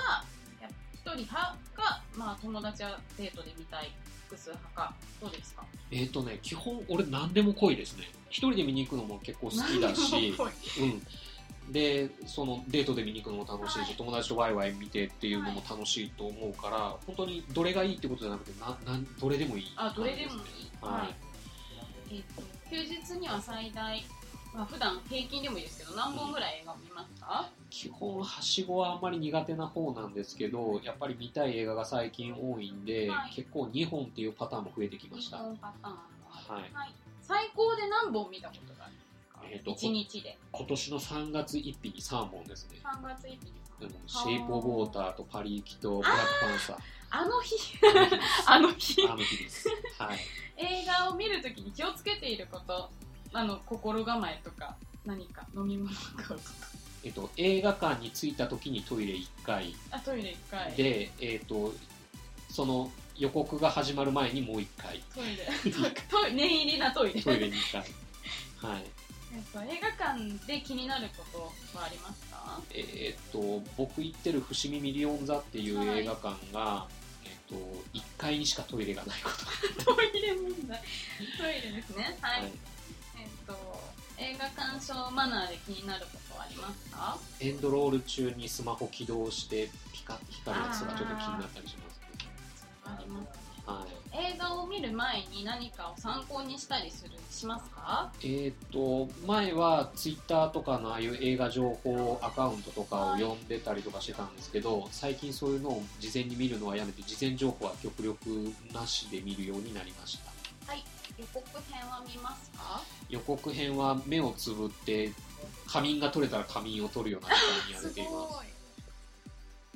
[SPEAKER 2] やっぱ一人派か、まあ友達やデートで見たい複数派か、どうですか
[SPEAKER 1] すえっとね基本俺何でも濃いですね一人で見に行くのも結構好きだし *laughs* うん、でそのデートで見に行くのも楽しいし、
[SPEAKER 2] はい
[SPEAKER 1] 友達とワイワイ見てっていうのも楽しいと思うから、本当にどれがいいってことじゃなくてななんどれでもいい
[SPEAKER 2] あ、どれでもいい
[SPEAKER 1] 感じすね。
[SPEAKER 2] は
[SPEAKER 1] はい
[SPEAKER 2] い。 *laughs* えっと休日には最大、まあ普段平均でもいいですけど、何本ぐらい映画を見ますか、
[SPEAKER 1] 基本はしごはあんまり苦手な方なんですけどやっぱり見たい映画が最近多いんで、
[SPEAKER 2] はい
[SPEAKER 1] 結構2本っていうパターンも増えてきま
[SPEAKER 2] 日
[SPEAKER 1] した、
[SPEAKER 2] 本パターンもある
[SPEAKER 1] はい
[SPEAKER 2] はい。最高で何本見たことがあるんですか、
[SPEAKER 1] えっと
[SPEAKER 2] 1日で。
[SPEAKER 1] 今年の3月1日に3本ですね
[SPEAKER 2] 3月1日
[SPEAKER 1] うんシェイプ・オブ・ウォーターとパリ行きとブラック・パンサー
[SPEAKER 2] あの日、
[SPEAKER 1] あの日ですあ
[SPEAKER 2] *laughs* あの日、
[SPEAKER 1] の日ですはい
[SPEAKER 2] 映画を見るときに気をつけていること、あの、心構えとか、何か飲み物を買うとか。
[SPEAKER 1] えっと、映画館に着いた時にトイレ1回
[SPEAKER 2] あ、トイレ1回。
[SPEAKER 1] で、えっとその予告が始まる前にもう1回
[SPEAKER 2] トイレ。 *laughs* トイレ、念入りなトイレ。
[SPEAKER 1] トイレ2回はい
[SPEAKER 2] えっと映画館で気になることはありますか
[SPEAKER 1] えっと僕行ってる伏見ミリオン座っていう映画館が、えっと1階にしかトイレがないこと
[SPEAKER 2] トイレ問題。トイレですね。はい。
[SPEAKER 1] はい
[SPEAKER 2] えっと、映画鑑賞マナーで気になることはありますか
[SPEAKER 1] エンドロール中にスマホ起動してピカ光るやつがちょっと気になったりしますね
[SPEAKER 2] ありますね。
[SPEAKER 1] はい
[SPEAKER 2] 映画を見る前に何かを参考にしたりする、しますか
[SPEAKER 1] えー、と前はツイッターとかのああいう映画情報アカウントとかを読んでたりとかしてたんですけど、最近そういうのを事前に見るのはやめて事前情報は極力なしで見るようになりました
[SPEAKER 2] 予告編は見ますか
[SPEAKER 1] 予告編は目をつぶって仮眠が取れたら仮眠を取るような時間にやれています
[SPEAKER 2] い。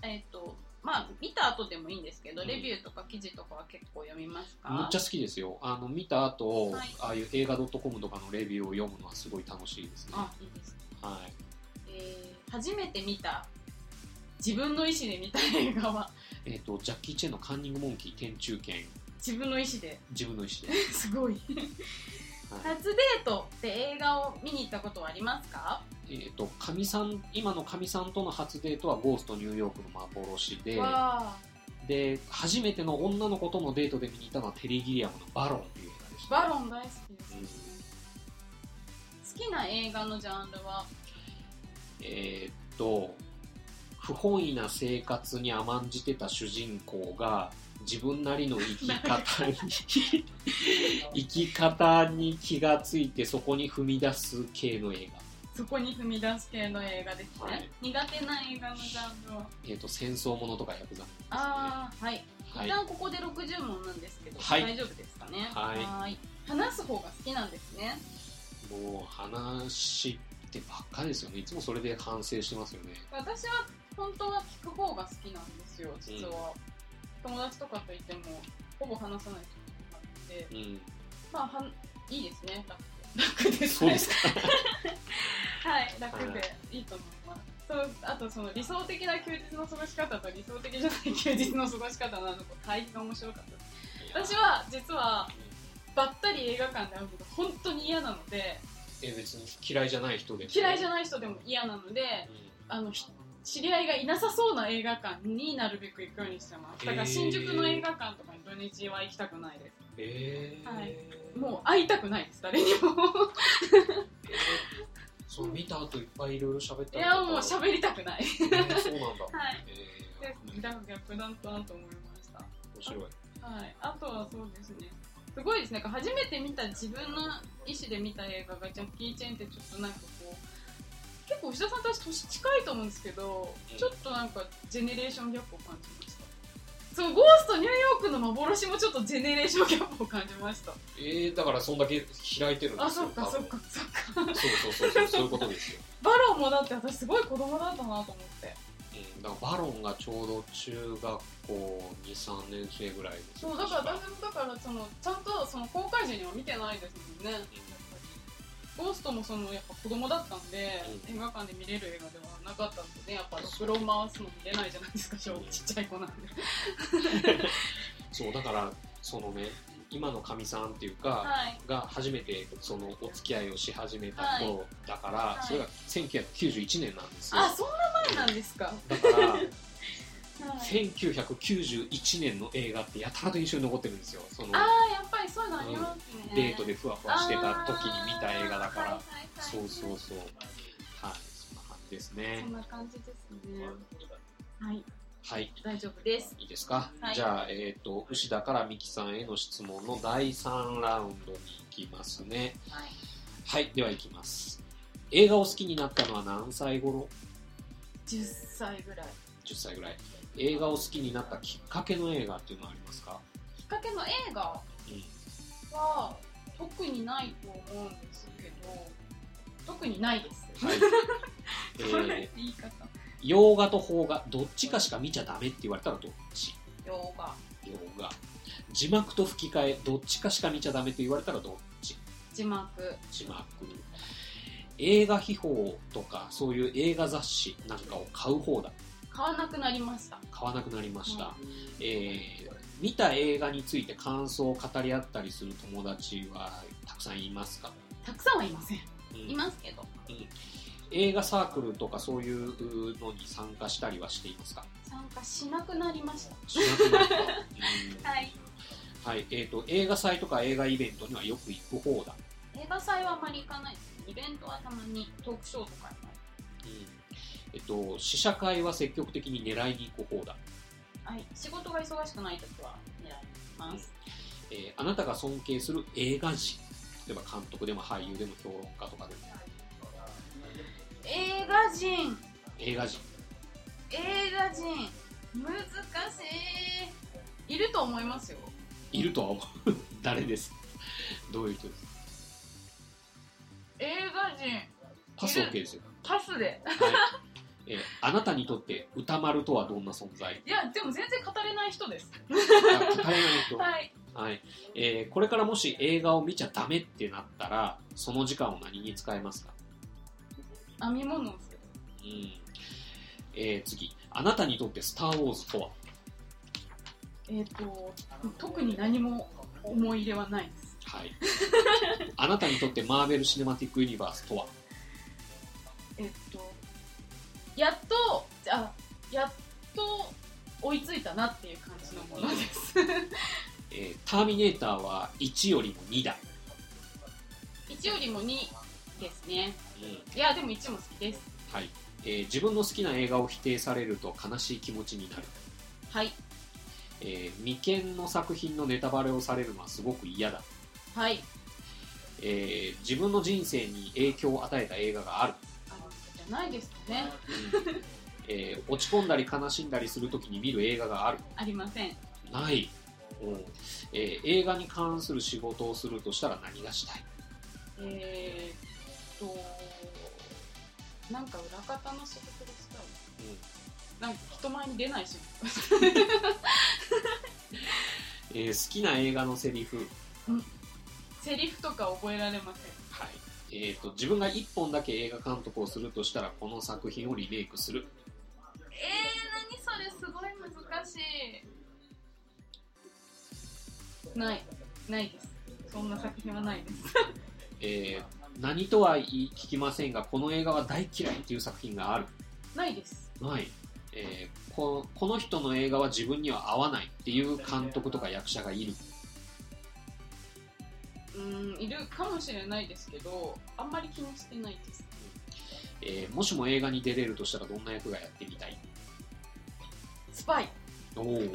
[SPEAKER 2] えっと、まあ、見た後でもいいんですけど、
[SPEAKER 1] うん
[SPEAKER 2] レビューとか記事とかは結構読みますか
[SPEAKER 1] めっちゃ好きですよあの見た後、
[SPEAKER 2] はい
[SPEAKER 1] ああいう映画 .com とかのレビューを読むのはすごい楽しいですね
[SPEAKER 2] あ、いいですね。
[SPEAKER 1] はい
[SPEAKER 2] えー初めて見た、自分の意思で見た映画は、 *laughs*
[SPEAKER 1] えー、とジャッキー・チェンの「カンニング・モンキー天中剣
[SPEAKER 2] 自分の意思で、 *laughs*
[SPEAKER 1] 自分の意思で
[SPEAKER 2] すごい。
[SPEAKER 1] はい
[SPEAKER 2] 初デートで映画を見に行ったことはありますか、
[SPEAKER 1] えー、とかみさん今のかみさんとの初デートはゴーストニューヨークの幻で
[SPEAKER 2] わ
[SPEAKER 1] で初めての女の子とのデートで見に行ったのはテリー・ギリアムの「バロン」っていう映画でし
[SPEAKER 2] ー
[SPEAKER 1] た
[SPEAKER 2] バロン大好きです、ね好きな映画のジャンルは
[SPEAKER 1] えー、と不本意な生活に甘んじてた主人公が自分なりの生き方
[SPEAKER 2] *laughs*
[SPEAKER 1] に生き方に気がついてそこに踏み出す系の映画
[SPEAKER 2] そこに踏み出す系の映画ですね、
[SPEAKER 1] はい
[SPEAKER 2] 苦手な映画のジャンルを
[SPEAKER 1] えっ、と、戦争ものとかヤクザものですね。
[SPEAKER 2] ああはい、
[SPEAKER 1] はい
[SPEAKER 2] 一旦ここで60問なんですけど、
[SPEAKER 1] はい
[SPEAKER 2] 大丈夫ですかね
[SPEAKER 1] はい
[SPEAKER 2] い話す方が好きなんですね
[SPEAKER 1] もう話ってばっかりですよね。いつもそれで反省してますよね。
[SPEAKER 2] 私は本当は聞く方が好きなんですよ実は、友達とかといてもほぼ話さない人があって
[SPEAKER 1] うん。
[SPEAKER 2] まあはんいいですね楽で楽です
[SPEAKER 1] そう
[SPEAKER 2] ね
[SPEAKER 1] ですか。
[SPEAKER 2] はい、楽でいいと思います。そうあとその理想的な休日の過ごし方と理想的じゃない休日の過ごし方など対比が面白かったです私は実はばったり映画館で会うのが本当に嫌なので
[SPEAKER 1] え別に嫌いじゃない人でも
[SPEAKER 2] 嫌いじゃ
[SPEAKER 1] ない、
[SPEAKER 2] ない人でも嫌なので
[SPEAKER 1] う
[SPEAKER 2] あのひ知り合いがいなさそうな映画館になるべく行くようにしてますだから新宿の映画館とかに土日は行きたくないで
[SPEAKER 1] んえー
[SPEAKER 2] はいすもう会いたくないです誰にも
[SPEAKER 1] えーそう見た後いっぱいいろいろ喋った
[SPEAKER 2] い
[SPEAKER 1] りと
[SPEAKER 2] や
[SPEAKER 1] か
[SPEAKER 2] もう
[SPEAKER 1] 喋っ
[SPEAKER 2] 喋りたくない
[SPEAKER 1] そうなんだ、
[SPEAKER 2] はい
[SPEAKER 1] え
[SPEAKER 2] で
[SPEAKER 1] ー、
[SPEAKER 2] 逆だなと思いました
[SPEAKER 1] 面白い
[SPEAKER 2] はい、あとはそうですね。すごいですね。なんか初めて見た自分の意思で見た映画がジャッキー・チェンってちょっとなんかこう、結構牛田さんと私年近いと思うんですけど、
[SPEAKER 1] うん
[SPEAKER 2] ちょっとなんかジェネレーションギャップを感じました。そのゴーストニューヨークの幻もちょっとジェネレーションギャップを感じました。
[SPEAKER 1] えー、だからそんだけ開いてるんですよ
[SPEAKER 2] あ、そっか
[SPEAKER 1] 多
[SPEAKER 2] そ
[SPEAKER 1] 分
[SPEAKER 2] っかそっか。
[SPEAKER 1] そうそうそうそうそういうことですよ、
[SPEAKER 2] バロンもだって私すごい子供だったなと思って。
[SPEAKER 1] うん、だからバロンがちょうど中学校23年生ぐらいです
[SPEAKER 2] そう、だから私もだからその、ちゃんとその公開時には見てないですもんね。ゴーストもそのやっぱ子供だったんで、
[SPEAKER 1] う
[SPEAKER 2] 映画館で見れる映画ではなかったんでねやっぱろくろ回すの見れないじゃないですか小
[SPEAKER 1] うん
[SPEAKER 2] ちっちゃい子なんで
[SPEAKER 1] そうだからそのね今のかみさんっていうか、
[SPEAKER 2] はい
[SPEAKER 1] が初めてそのお付き合いをし始めた頃だから、
[SPEAKER 2] い
[SPEAKER 1] それが1991年なんですよ
[SPEAKER 2] あそんな前なんですか、 *laughs* は
[SPEAKER 1] だから
[SPEAKER 2] い、
[SPEAKER 1] 1991年の映画ってやたらと印象に残ってるんですよその
[SPEAKER 2] ああやっぱりそういうのありますね、
[SPEAKER 1] デート
[SPEAKER 2] で
[SPEAKER 1] でふわふわしてた時に見た映画だから、
[SPEAKER 2] はいはいはいはい、
[SPEAKER 1] そうそうそうはいそんな感じです
[SPEAKER 2] そ
[SPEAKER 1] ね
[SPEAKER 2] んな感じですねはい
[SPEAKER 1] はい
[SPEAKER 2] 大丈夫です
[SPEAKER 1] いいですか、
[SPEAKER 2] はい
[SPEAKER 1] じゃあ、えっと牛田から美樹さんへの質問の第3ラウンドに行きますね
[SPEAKER 2] はい
[SPEAKER 1] はいでは行きます映画を好きになったのは何歳頃
[SPEAKER 2] 10歳ぐらい
[SPEAKER 1] 10歳ぐらい映画を好きになったきっかけの映画っていうのはありますか、
[SPEAKER 2] きっかけの映画
[SPEAKER 1] うん
[SPEAKER 2] は特にないと思うんですけど特にないです、
[SPEAKER 1] はいえー
[SPEAKER 2] *laughs* 言い方
[SPEAKER 1] 洋画と邦画どっちかしか見ちゃダメって言われたらどっち
[SPEAKER 2] 洋画
[SPEAKER 1] 洋画字幕と吹き替えどっちかしか見ちゃダメって言われたらどっち
[SPEAKER 2] 字幕
[SPEAKER 1] 字幕映画秘宝とかそういう映画雑誌なんかを買う方だ
[SPEAKER 2] 買わなくなりました
[SPEAKER 1] 買わなくなりました、
[SPEAKER 2] うん
[SPEAKER 1] えー見た映画について感想を語り合ったりする友達はたくさんいますか、
[SPEAKER 2] たくさんはいません
[SPEAKER 1] うん
[SPEAKER 2] いますけど
[SPEAKER 1] 映画サークルとかそういうのに参加したりはしています
[SPEAKER 2] *laughs*
[SPEAKER 1] か
[SPEAKER 2] 参加しなくなりました
[SPEAKER 1] しなくなった、うん
[SPEAKER 2] はい
[SPEAKER 1] はいえー、と映画祭とか映画イベントにはよく行く方だ、
[SPEAKER 2] 映画祭はあまり行かないですねイベントはたまにトークショーとかにも
[SPEAKER 1] えっと試写会は積極的に狙いに行く方だ、
[SPEAKER 2] はい仕事が忙しくない時は狙いに行きます
[SPEAKER 1] えーあなたが尊敬する映画人例えば監督でも俳優でも評論家とかでも
[SPEAKER 2] 映画人
[SPEAKER 1] 映画人
[SPEAKER 2] 映画人難しいいると思いますよ
[SPEAKER 1] いるとは思う *laughs* 誰ですどういう人ですか
[SPEAKER 2] 映画人
[SPEAKER 1] パス OK ですよ、
[SPEAKER 2] パスで
[SPEAKER 1] はいえーあなたにとって歌丸とはどんな存在 *laughs*
[SPEAKER 2] いやでも全然語れない人です
[SPEAKER 1] あ語れない人
[SPEAKER 2] はい
[SPEAKER 1] はいえーこれからもし映画を見ちゃダメってなったらその時間を何に使えますか、
[SPEAKER 2] 編み物をする
[SPEAKER 1] うんえー次あなたにとって「スター・ウォーズ」とは
[SPEAKER 2] えっ、と特に何も思い入れはないです
[SPEAKER 1] はい、あなたにとってマーベル・シネマティック・ユニバースとは
[SPEAKER 2] えっと、やっと、あ、やっと追いついたなっていう感じのもの *laughs* です。
[SPEAKER 1] えーターミネーターは1よりも2だ、
[SPEAKER 2] 1よりも2ですね。いや、でも1も好きです。
[SPEAKER 1] はいえー自分の好きな映画を否定されると悲しい気持ちになる、
[SPEAKER 2] はい。
[SPEAKER 1] えー未見の作品のネタバレをされるのはすごく嫌だ、
[SPEAKER 2] はい。
[SPEAKER 1] えー自分の人生に影響を与えた映画 *laughs* がある、
[SPEAKER 2] あのじゃないですかね
[SPEAKER 1] えー落ち込んだり悲しんだりするときに見る映画がある
[SPEAKER 2] ありません
[SPEAKER 1] ない、うんえー映画に関する仕事をするとしたら何がしたい
[SPEAKER 2] えー、っとなんか裏方の仕事がしたいなんか人前に出ない仕事
[SPEAKER 1] えー好きな映画のセリフ、
[SPEAKER 2] セリフとか覚えられません
[SPEAKER 1] はいえー、と自分が1本だけ映画監督をするとしたらこの作品をリメイクする
[SPEAKER 2] えー、何それすごい難しいないないですそんな作品はないです
[SPEAKER 1] えー何とは言い聞きませんがこの映画は大嫌いっていう作品がある
[SPEAKER 2] ないです
[SPEAKER 1] ない、えーここの人の映画は自分には合わないっていう監督とか役者がいる
[SPEAKER 2] うーんいるかもしれないですけどあんまり気にしてないです
[SPEAKER 1] えーもしも映画に出れるとしたらどんな役がやってみたい
[SPEAKER 2] スパイ
[SPEAKER 1] おお、 *laughs*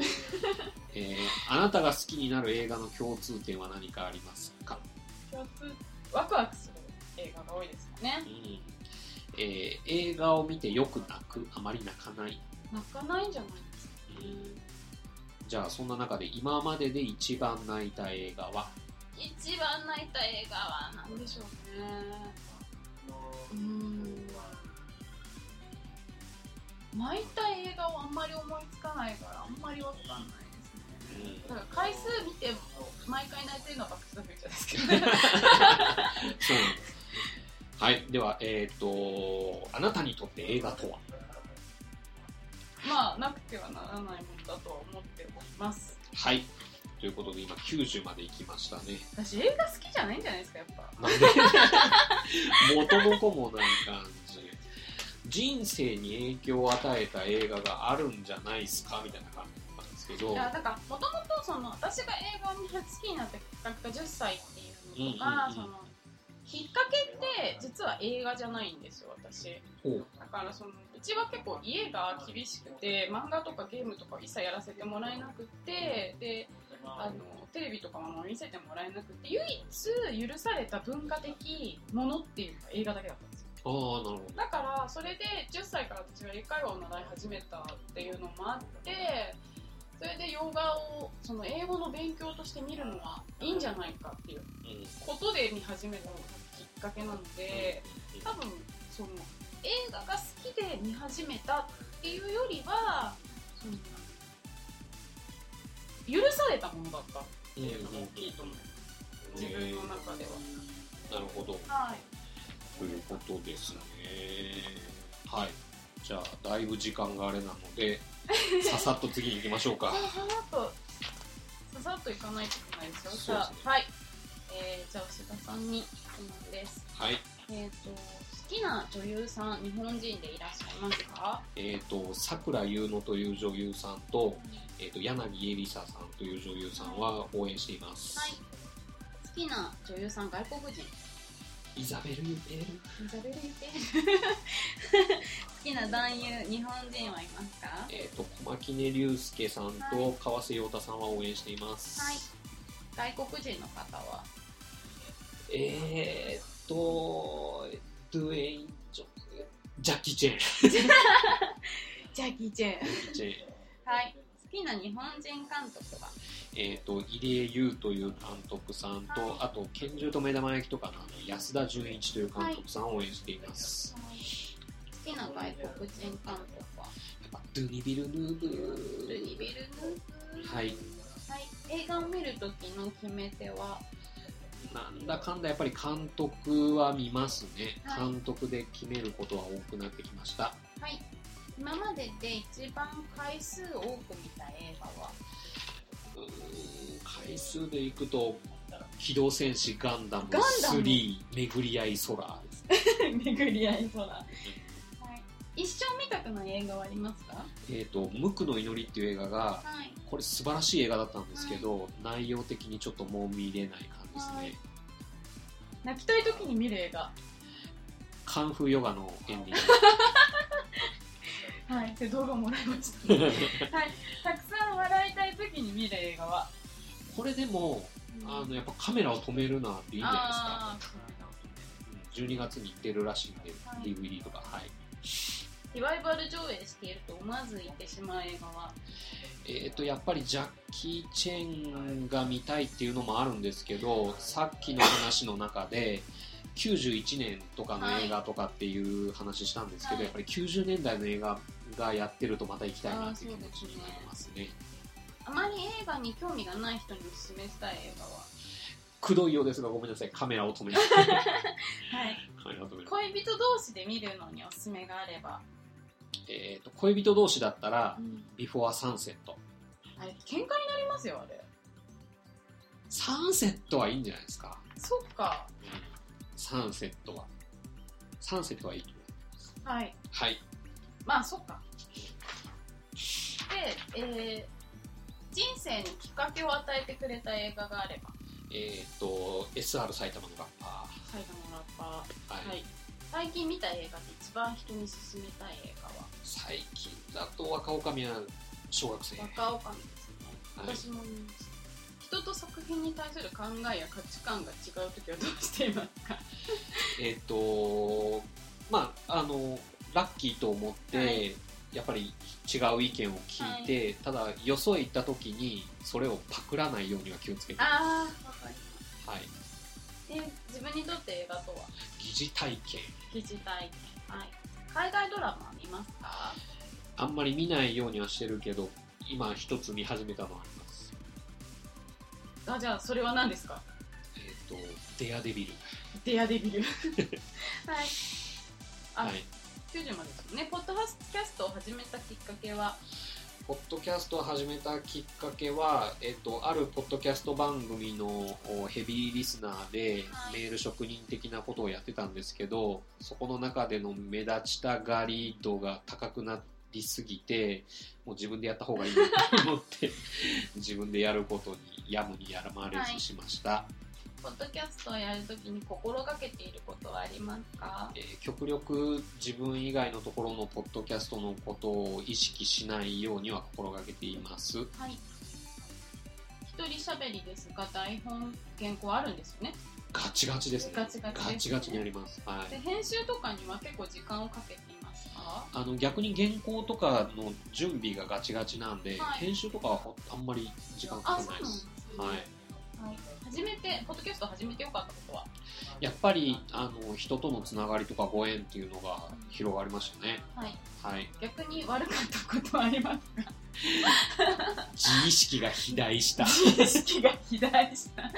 [SPEAKER 1] えーあなたが好きになる映画の共通点は何かありますか、
[SPEAKER 2] 共通ワクワクする映画が多いですかね
[SPEAKER 1] うんえー映画を見てよく泣くあまり泣かない、
[SPEAKER 2] 泣かないんじゃないですか
[SPEAKER 1] うんじゃあそんな中で今までで一番泣いた映画は
[SPEAKER 2] 一番泣いた映画は何でしょうねうーん泣いた映画をあんまり思いつかないからあんまりわかんないですねだから回数見て毎回泣いてるのはバックストフューチャーですけどね
[SPEAKER 1] そうなんです。はい。では、えっ、と、あなたにとって映画とは
[SPEAKER 2] まあなくてはならないものだとは思っております
[SPEAKER 1] はい。ということで、今90まで行きました
[SPEAKER 2] *laughs*
[SPEAKER 1] ね。
[SPEAKER 2] 私映画好きじゃないんじゃないですかやっぱ
[SPEAKER 1] なんで元も子もない感じ。人生に影響を与えた映画があるんじゃないですかみたいな感じなんですけど。
[SPEAKER 2] いやだからもともとその私が映画を見る好きになったきっかけが10歳っていうのとか、
[SPEAKER 1] うんうんうん
[SPEAKER 2] そのきっかけって実は映画じゃないんですよ私
[SPEAKER 1] ほう
[SPEAKER 2] だからそのうちは結構家が厳しくて漫画とかゲームとか一切やらせてもらえなくてであのテレビとかも見せてもらえなくて唯一許された文化的ものっていうのが映画だけだったんですよ
[SPEAKER 1] ああ、なるほ
[SPEAKER 2] だからそれで10歳から私は英会話を習い始めたっていうのもあってそれで洋画をその英語の勉強として見るのはいいんじゃないかっていう
[SPEAKER 1] ど。うん。
[SPEAKER 2] ことで見始めたのがきっかけなので多分その映画が好きで見始めたっていうよりはその許されたものだったっていうのが大きいと思う自分の中では。
[SPEAKER 1] なるほど。
[SPEAKER 2] はい
[SPEAKER 1] ということですね。はい。じゃあ、だいぶ時間があれなので、ささっと次に行きましょう
[SPEAKER 2] *laughs*
[SPEAKER 1] か
[SPEAKER 2] こ。のささっとささっと行かないといけないですよじゃ
[SPEAKER 1] そうです
[SPEAKER 2] あはい、えー、じゃあ吉田さんに質問です
[SPEAKER 1] はい。
[SPEAKER 2] えっ、と好きな女優さん日本人でいらっしゃいますか
[SPEAKER 1] えっ、と、桜井優乃という女優さんと、えっ、と、柳恵里沙さんという女優さんは応援しています。
[SPEAKER 2] はい好きな女優さん外国人
[SPEAKER 1] イザベル・ユペール。
[SPEAKER 2] イザベル・ユペール好きな男優日本人はいますかは
[SPEAKER 1] えっ、と、小牧根龍介さんと川瀬陽太さんは応援しています。
[SPEAKER 2] い外国人の方は
[SPEAKER 1] えっ、と、ドゥエイン・ジョジャッキー・チェン。ジ
[SPEAKER 2] ジャッキー・チェン
[SPEAKER 1] ャッキーチェン
[SPEAKER 2] はい好きな日本人監督は
[SPEAKER 1] えー、と入江優という監督さんと、
[SPEAKER 2] はい
[SPEAKER 1] あと拳銃と目玉焼きとかのあの安田純一という監督さんを応援しています、
[SPEAKER 2] 好きな外国人監督は
[SPEAKER 1] やっぱドゥニビル・ヌーブー
[SPEAKER 2] ルニベルヌーブ
[SPEAKER 1] はい
[SPEAKER 2] はい、映画を見るときの決め手は
[SPEAKER 1] なんだかんだやっぱり監督は見ますね、
[SPEAKER 2] はい
[SPEAKER 1] 監督で決めることは多くなってきました
[SPEAKER 2] はい今までで一番回数多く見た映画は
[SPEAKER 1] うーん回数でいくと「機動戦士ガンダム
[SPEAKER 2] ガンダム
[SPEAKER 1] 3巡り合い空」ですね、
[SPEAKER 2] *laughs* 巡り合い空、はい、一生見たくない映画はありますか
[SPEAKER 1] えー、と無垢の祈りっていう映画が
[SPEAKER 2] はい
[SPEAKER 1] これ素晴らしい映画だったんですけど、内容的にちょっともう見れない感じですね、
[SPEAKER 2] はい泣きたいときに見る映画
[SPEAKER 1] カンフーヨガのエン
[SPEAKER 2] *laughs*
[SPEAKER 1] ディン
[SPEAKER 2] はい
[SPEAKER 1] *laughs*
[SPEAKER 2] で動画もらいました
[SPEAKER 1] グ
[SPEAKER 2] はいたくさん笑いたいときに見る映画は
[SPEAKER 1] これでもあのやっぱカメラを止めるなっていいんじゃない
[SPEAKER 2] あー
[SPEAKER 1] ですかうん12月に行ってるらしいんで、
[SPEAKER 2] はい
[SPEAKER 1] DVD とかはい
[SPEAKER 2] リバイバル上映していると思わず言ってしまう映画は、
[SPEAKER 1] えー、とやっぱりジャッキー・チェンが見たいっていうのもあるんですけどさっきの話の中で91年とかの映画とかっていう話したんですけど、
[SPEAKER 2] はい
[SPEAKER 1] やっぱり90年代の映画がやってるとまた行きたいなっていう気持ちになりますね
[SPEAKER 2] あまり映画に興味がない人にお勧めしたい映画は、
[SPEAKER 1] くどいようですがごめんなさいカメラを止め *laughs* る
[SPEAKER 2] はい、
[SPEAKER 1] カメラを止める
[SPEAKER 2] 恋人同士で見るのにお勧めがあれば、
[SPEAKER 1] えー、と恋人同士だったらビフォーサンセット
[SPEAKER 2] あれ、喧嘩になりますよ、あれ。
[SPEAKER 1] サンセットはいいんじゃないですか
[SPEAKER 2] そっか。
[SPEAKER 1] サンセットはサンセットはいいと思います
[SPEAKER 2] はい。
[SPEAKER 1] はい
[SPEAKER 2] まあ、そっか。で、えー人生にきっかけを与えてくれた映画があれば、
[SPEAKER 1] えっ、と SR 埼玉のラッパ
[SPEAKER 2] 最後のラッパ
[SPEAKER 1] ー、
[SPEAKER 2] ー。
[SPEAKER 1] はい
[SPEAKER 2] はい。最近見た映画で一番人に勧めたい映画は、
[SPEAKER 1] 最近だと若女将は小学生
[SPEAKER 2] 若女将ですね。
[SPEAKER 1] はい
[SPEAKER 2] 私も見ました。人と作品に対する考えや価値観が違うときはどうしていますか
[SPEAKER 1] えっ、とまああのラッキーと思って、
[SPEAKER 2] はい
[SPEAKER 1] やっぱり違う意見を聞いて、ただよそへ行った時にそれをパクらないようには気をつけては
[SPEAKER 2] ああ、わかります。
[SPEAKER 1] い
[SPEAKER 2] で、自分にとって映画とは、
[SPEAKER 1] 疑似体験
[SPEAKER 2] 疑似体験。はい。海外ドラマは見ますか
[SPEAKER 1] あんまり見ないようにはしてるけど今一つ見始めたのあります
[SPEAKER 2] あ、じゃあ、それは何ですか
[SPEAKER 1] えっ、と「デアデビル
[SPEAKER 2] デアデビル。はい。」あ、
[SPEAKER 1] はい
[SPEAKER 2] 90までですもんね。ポッドキャストを始めたきっかけは、
[SPEAKER 1] ポッドキャストを始めたきっかけは、えっと、あるポッドキャスト番組のおヘビーリスナーで
[SPEAKER 2] はい
[SPEAKER 1] メール職人的なことをやってたんですけどそこの中での目立ちたがり度が高くなりすぎてもう自分でやった方がいいなと思って
[SPEAKER 2] *laughs*
[SPEAKER 1] 自分でやることにやむにやまれずしました、
[SPEAKER 2] ポッドキャストをやるときに心がけていることはありますか
[SPEAKER 1] えー極力自分以外のところのポッドキャストのことを意識しないようには心がけています
[SPEAKER 2] はい。一人喋りですが、台本、原稿あるんですよね。
[SPEAKER 1] ガチガチですね
[SPEAKER 2] ガチガチですね
[SPEAKER 1] ガチガチにありますはい
[SPEAKER 2] で、編集とかには結構時間をかけていますか
[SPEAKER 1] あの逆に原稿とかの準備がガチガチなんで、
[SPEAKER 2] はい
[SPEAKER 1] 編集とかはほあんまり時間か
[SPEAKER 2] あ、
[SPEAKER 1] か
[SPEAKER 2] そ
[SPEAKER 1] んな
[SPEAKER 2] うな
[SPEAKER 1] で
[SPEAKER 2] いんです
[SPEAKER 1] す
[SPEAKER 2] ね。
[SPEAKER 1] はい、
[SPEAKER 2] はい。初めて、ポッドキャスト始めてよかったことは
[SPEAKER 1] やっぱりあの人とのつながりとかご縁っていうのが広がりましたね、
[SPEAKER 2] はい。
[SPEAKER 1] はい、
[SPEAKER 2] 逆に悪かったことはあり *laughs* ます
[SPEAKER 1] 自意識が肥大した
[SPEAKER 2] *laughs* 意識が肥大した。はい。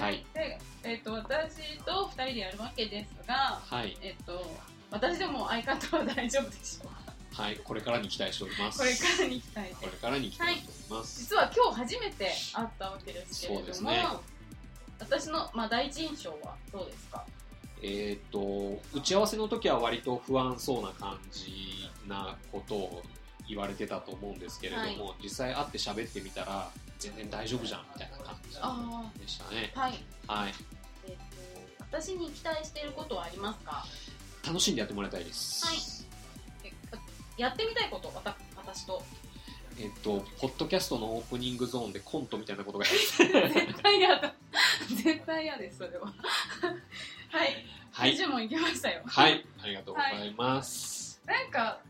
[SPEAKER 1] はい
[SPEAKER 2] で、えっ、と、私と二人でやるわけですが、
[SPEAKER 1] はい、
[SPEAKER 2] えっ、と、私でも相方は大丈夫でしょうか。
[SPEAKER 1] はい、これからに期待しております
[SPEAKER 2] これからに行きたいです
[SPEAKER 1] これからに期待しております、
[SPEAKER 2] 実は今日初めて会ったわけですけれど
[SPEAKER 1] そう
[SPEAKER 2] も、
[SPEAKER 1] ですね
[SPEAKER 2] 私の、まあ、第一印象はどうですか
[SPEAKER 1] えっ、と打ち合わせの時は割と不安そうな感じなことを言われてたと思うんですけれども、実際会って喋ってみたら全然大丈夫じゃんみたいな感じ
[SPEAKER 2] あ
[SPEAKER 1] でしたね
[SPEAKER 2] あはい、
[SPEAKER 1] はい
[SPEAKER 2] えっと私に期待していることはありますか
[SPEAKER 1] 楽しんでやってもらいたいです、
[SPEAKER 2] えやってみたいことわた私と
[SPEAKER 1] えっとポッドキャストのオープニングゾーンでコントみたいなことが
[SPEAKER 2] 絶対嫌だ絶対嫌ですそれははい、
[SPEAKER 1] は
[SPEAKER 2] 20問いけましたよ
[SPEAKER 1] はいありがとうございます
[SPEAKER 2] なんか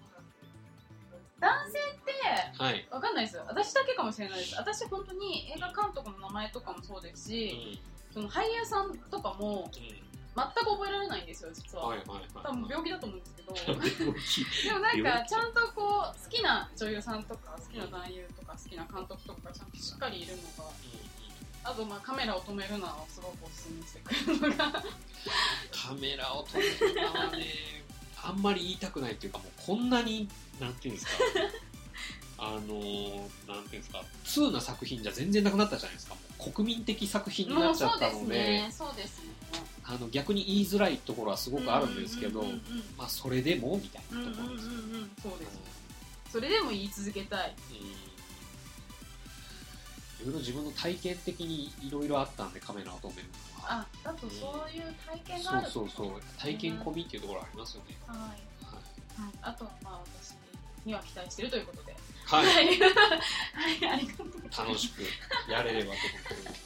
[SPEAKER 2] 男性って
[SPEAKER 1] はい、
[SPEAKER 2] わかんないです私だけかもしれないです私本当に映画監督の名前とかもそうです
[SPEAKER 1] うん
[SPEAKER 2] し、その俳優さんとかも全く覚えられないんですよ実
[SPEAKER 1] うん
[SPEAKER 2] は、
[SPEAKER 1] はいはいはい
[SPEAKER 2] 多分病気だと思うんですけ
[SPEAKER 1] *laughs*
[SPEAKER 2] ど
[SPEAKER 1] 病気
[SPEAKER 2] でもなん
[SPEAKER 1] 病
[SPEAKER 2] か
[SPEAKER 1] 気
[SPEAKER 2] ちゃんとこう好きな女優さんとか好きな男優とか好きな監督とかちゃんとしっかりいるのがあとまあカメラを止めるのはすごくおすすめしてくれるのが
[SPEAKER 1] カメラを撮るのはねあんまり言いたくないっていうかもうこんなになんていうん
[SPEAKER 2] *laughs*
[SPEAKER 1] ですかあのーなんていうんですか通な作品じゃ全然なくなったじゃないですかもう国民的作品に
[SPEAKER 2] も
[SPEAKER 1] な
[SPEAKER 2] う
[SPEAKER 1] っちゃ
[SPEAKER 2] そ
[SPEAKER 1] っ
[SPEAKER 2] う
[SPEAKER 1] た
[SPEAKER 2] で
[SPEAKER 1] の
[SPEAKER 2] す
[SPEAKER 1] で
[SPEAKER 2] ねそうですね
[SPEAKER 1] あの逆に言いづらいところはすごくあるんですけど、
[SPEAKER 2] うんうん
[SPEAKER 1] まあ、それでもみたい
[SPEAKER 2] うんうん
[SPEAKER 1] なと
[SPEAKER 2] うん
[SPEAKER 1] ころです、
[SPEAKER 2] うんうんうんそうですねそれでも言い続けたい
[SPEAKER 1] うんいろいろ自分の体験的にいろいろあったんでカメラを止めるのは
[SPEAKER 2] あだとそういう体験があ
[SPEAKER 1] そう
[SPEAKER 2] る
[SPEAKER 1] そうそう体験込みっていうところありますよね
[SPEAKER 2] はい、はい、あとまあ私には期待してるということで *laughs*
[SPEAKER 1] はい
[SPEAKER 2] はい、はい、ありがとうございます。
[SPEAKER 1] 楽しくやれればと思ってます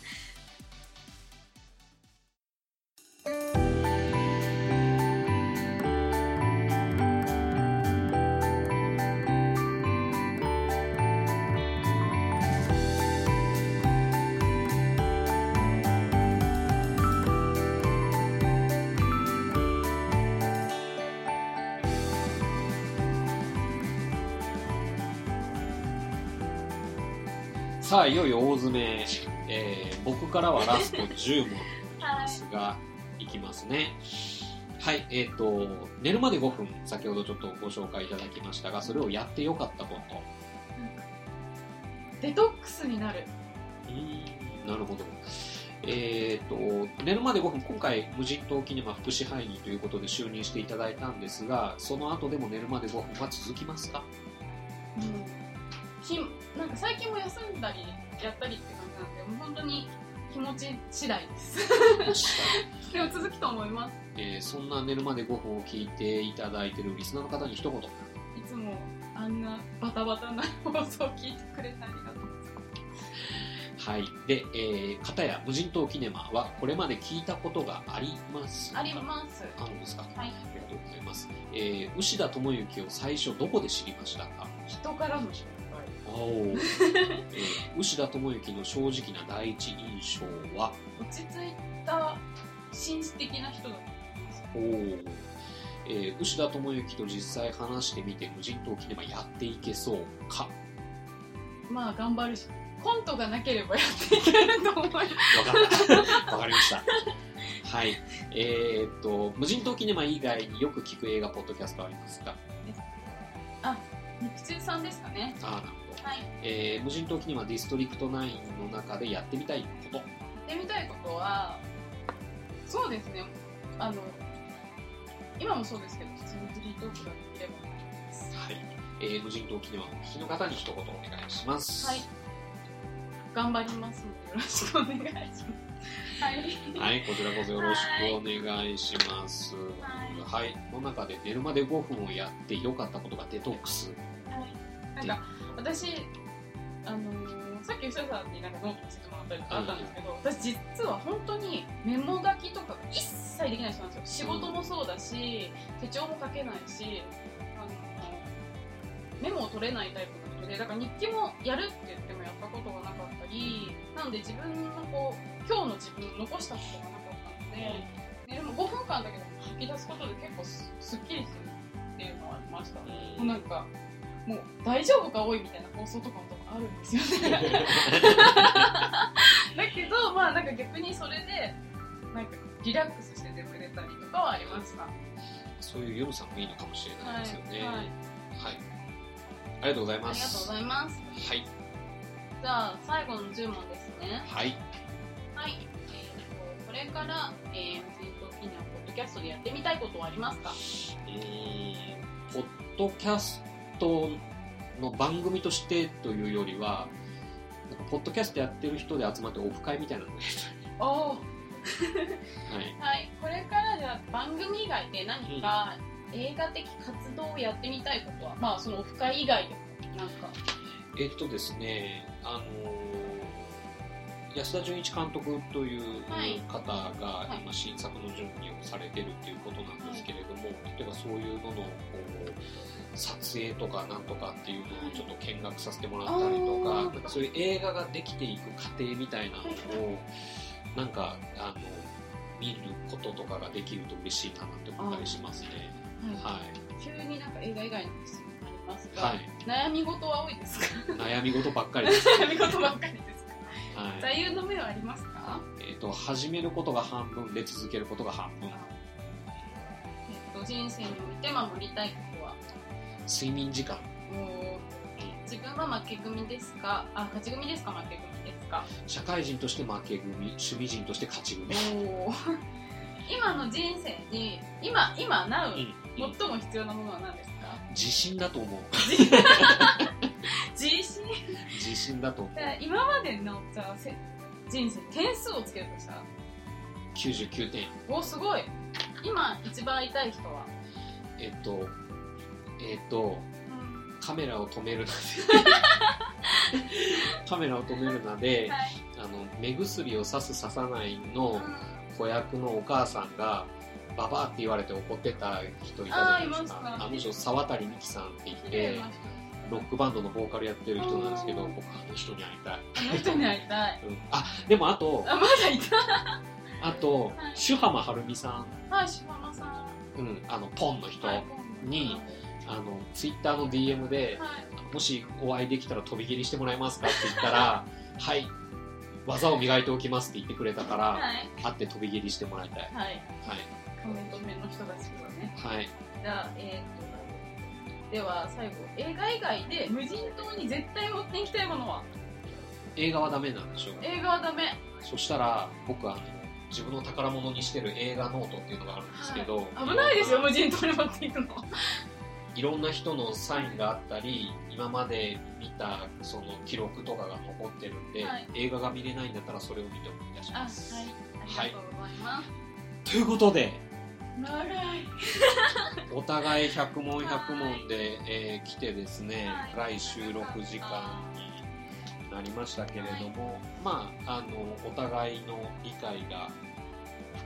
[SPEAKER 1] さあいよいよ大詰め、えー僕からはラスト10問ですが、い、きますねはいえっ、と寝るまで5分先ほどちょっとご紹介いただきましたがそれをやってよかったこと
[SPEAKER 2] デトックスになる。
[SPEAKER 1] なるほど。えー、と寝るまで5分、今回、無人島キネマ副支配人ということで就任していただいたんですが、その後でも寝るまで5分は続きますか
[SPEAKER 2] ひなんか最近も休んだりやったりって感じなんで、もう本当に気持ち次第
[SPEAKER 1] *laughs*
[SPEAKER 2] です。でも続きと思います。
[SPEAKER 1] えーそんな寝るまで5分を聞いていただいているリスナーの方に一言、
[SPEAKER 2] いつもあんなバタバタな放送を聞いてくれてありがとうございま
[SPEAKER 1] はい、で、えー、片や無人島キネマはこれまで聞いたことがあります
[SPEAKER 2] す。あります。
[SPEAKER 1] あるんですかあ
[SPEAKER 2] はい。
[SPEAKER 1] りがとうございます。えー、牛田智之を最初どこで知りましたか
[SPEAKER 2] 人からも紹介。
[SPEAKER 1] おーえー牛田智之の正直な第一印象は
[SPEAKER 2] 落ち着いた紳士的な人だと思います。
[SPEAKER 1] おーえー牛田智之と実際話してみて無人島キネマやっていけそうかわ
[SPEAKER 2] まあ頑張るし、コントがなければやっていけると思い *laughs* ま
[SPEAKER 1] か
[SPEAKER 2] す。
[SPEAKER 1] ったわかりましたはいえーっと無人島キネマ以外によく聞く映画ポッドキャストありますか
[SPEAKER 2] 肉中さんですかね。
[SPEAKER 1] あーなるほど、
[SPEAKER 2] はい。
[SPEAKER 1] えー無人島キネマディストリクト9の中でやってみたいこと
[SPEAKER 2] やってみたいことはそうですねあの今もそうですけど普通にフリートークができればです
[SPEAKER 1] はい、えー無人島キネマの聞きの方に一言お願いします
[SPEAKER 2] はい頑張りますのでよろしくお願いしますはい *laughs*
[SPEAKER 1] はい、こちらこそよろしくお願いします。はい、この中で寝るまで5分をやって良かったことがデトックス。
[SPEAKER 2] なんか私あのーさっき吉田さんになんかノート見せてもらったりとかあったんですけど、私実は本当にメモ書きとかが一切できない人なんですよ仕事もそうだし手帳も書けないし、あのーメモを取れないタイプなのでだから日記もやるって言ってもやったことがなかったりなので自分のこう今日の自分を残したことがなかったので、ねでも5分間だけでも吐き出すことで結構すすっきりするっていうのはありました、もうなんかもう大丈夫か多いみたいな放送とかも多分あるんですよねだけどまあなんか逆にそれでなんかリラックスして眠れたりとかはありました
[SPEAKER 1] そういう夜さんもいいのかもしれないですよね。
[SPEAKER 2] はい
[SPEAKER 1] は
[SPEAKER 2] はいい、
[SPEAKER 1] ありがとうござい
[SPEAKER 2] あ
[SPEAKER 1] ま
[SPEAKER 2] りがとうご
[SPEAKER 1] す。
[SPEAKER 2] ざいます
[SPEAKER 1] はい、
[SPEAKER 2] じゃあ最後の10問ですね
[SPEAKER 1] はい、
[SPEAKER 2] はいえーとこれから、えー、戦闘機能ポッドキャストでやってみたいことはありますか
[SPEAKER 1] えーポッドキャストの番組としてというよりは。なんかポッドキャストやってる人で集まってオフ会みたいなのね。
[SPEAKER 2] おお
[SPEAKER 1] はい。
[SPEAKER 2] はい、これからじゃあ番組以外で何か映画的活動をやってみたいことは、まあそのオフ会以外でもなんか、
[SPEAKER 1] えっとですね、あのー安田純一監督という
[SPEAKER 2] はい
[SPEAKER 1] 方が
[SPEAKER 2] はい
[SPEAKER 1] 今新作の準備をされてるっていうことなんですけれども、例えばそういうののこう撮影とかなんとかっていうのをちょっと見学させてもらったりとか,、
[SPEAKER 2] はいあー
[SPEAKER 1] なんかそういう映画ができていく過程みたいなのをなんかあの見ることとかができると嬉しいなって思ったりしますね。は
[SPEAKER 2] 急になんか映画以外の質問あります
[SPEAKER 1] い、
[SPEAKER 2] が、
[SPEAKER 1] はい、
[SPEAKER 2] 悩み事は多いですか
[SPEAKER 1] 悩み事ばっかりです。
[SPEAKER 2] 悩み事ばっかりですか
[SPEAKER 1] はい
[SPEAKER 2] 座右の目はありますか
[SPEAKER 1] えー、と始めることが半分で続けることが半分
[SPEAKER 2] えっと人生において守りたいことは
[SPEAKER 1] 睡眠時間
[SPEAKER 2] もう自分は負け組ですかあ勝ち組ですか負け組です
[SPEAKER 1] *laughs*
[SPEAKER 2] か
[SPEAKER 1] 社会人として負け組趣味人として勝ち組
[SPEAKER 2] おー *laughs* 今の人生に今今なう
[SPEAKER 1] うん
[SPEAKER 2] 最も必要なものは何ですか
[SPEAKER 1] 自信だと思う
[SPEAKER 2] 自信
[SPEAKER 1] 自信だと思う
[SPEAKER 2] 今までのじゃあせ人生点数をつけるとしたら
[SPEAKER 1] 99点
[SPEAKER 2] おすごい今一番会いたい人は、
[SPEAKER 1] えっ、とえっ、とカメラを止め
[SPEAKER 2] *laughs*
[SPEAKER 1] るなでカメラを止めるなで、
[SPEAKER 2] はい
[SPEAKER 1] あの目薬をさす刺さない
[SPEAKER 2] うん
[SPEAKER 1] の子役のお母さんがババアって言われて怒ってた人いたじゃないです
[SPEAKER 2] あーいまし
[SPEAKER 1] か
[SPEAKER 2] た
[SPEAKER 1] あの人沢渡美樹さんって言っ
[SPEAKER 2] 綺麗
[SPEAKER 1] て
[SPEAKER 2] な人
[SPEAKER 1] ロックバンドのボーカルやってる人なんですけど
[SPEAKER 2] うん
[SPEAKER 1] 僕あの人に会いたい、
[SPEAKER 2] あの人に会いたい
[SPEAKER 1] うん、あでもあと
[SPEAKER 2] あまだいた
[SPEAKER 1] あと
[SPEAKER 2] はい
[SPEAKER 1] 主浜晴美さん、
[SPEAKER 2] はい島間さん
[SPEAKER 1] うん、あのポンの人、
[SPEAKER 2] はい
[SPEAKER 1] にあのツイッターの DM で
[SPEAKER 2] はい
[SPEAKER 1] もしお会いできたら飛び切りしてもらえますかって言った
[SPEAKER 2] *laughs*
[SPEAKER 1] ら「はい技を磨いておきます」って言ってくれたから、
[SPEAKER 2] はい
[SPEAKER 1] 会って飛び切りしてもらいたい
[SPEAKER 2] はい
[SPEAKER 1] はい
[SPEAKER 2] コメント目の人たちがね
[SPEAKER 1] はい
[SPEAKER 2] じゃあえー、とでは最後映画以外で無人島に絶対持っていきたいものは
[SPEAKER 1] 映画はダメなんでしょう
[SPEAKER 2] 映画はダメ
[SPEAKER 1] そしたら僕あの自分の宝物にしてる映画ノートっていうのがあるんですけど、
[SPEAKER 2] 危ないですよ
[SPEAKER 1] ろん
[SPEAKER 2] 無人島に持っていくの
[SPEAKER 1] いろんな人のサインがあったり今まで見たその記録とかが残ってるんで、
[SPEAKER 2] はい
[SPEAKER 1] 映画が見れないんだったらそれを見て思い出し
[SPEAKER 2] あは
[SPEAKER 1] ま
[SPEAKER 2] い
[SPEAKER 1] す、
[SPEAKER 2] ありがとうございます、
[SPEAKER 1] ということで
[SPEAKER 2] 長い
[SPEAKER 1] お互い
[SPEAKER 2] *laughs*
[SPEAKER 1] 100問100問で、えー来てですね、
[SPEAKER 2] は
[SPEAKER 1] 来収録時間になりましたけれども、まああのお互いの理解が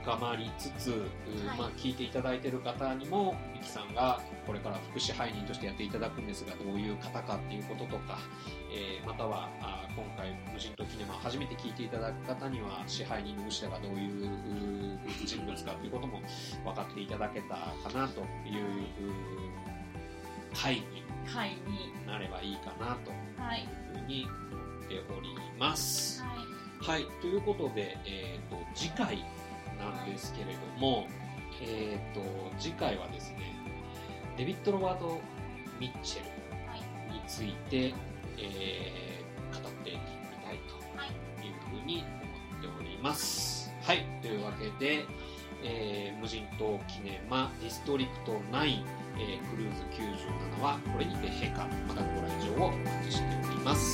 [SPEAKER 1] 深まりつつ、うん
[SPEAKER 2] はい
[SPEAKER 1] まあ、聞いていただいている方にもゆきさんがこれから福祉配人としてやっていただくんですがどういう方かっていうこととか、えーまたはあー今回無人島キネマを初めて聞いていただく方には支配人の牛田がどういうう人物かということも分かっていただけたかなというう回に
[SPEAKER 2] 会に
[SPEAKER 1] なればいいかなという
[SPEAKER 2] はい
[SPEAKER 1] ふうに思っております。
[SPEAKER 2] は
[SPEAKER 1] は
[SPEAKER 2] い
[SPEAKER 1] い、ということで、えー、と次回なんですけれども、えー、と次回はですねデビッド・ロバート・ミッチェル
[SPEAKER 2] はい
[SPEAKER 1] について、えー語ってみたい
[SPEAKER 2] はい
[SPEAKER 1] というふうに思っております。はい、というわけで、えー無人島キネマディストリクト9、えークルーズ97はこれにて閉館またご来場をお待ちしております。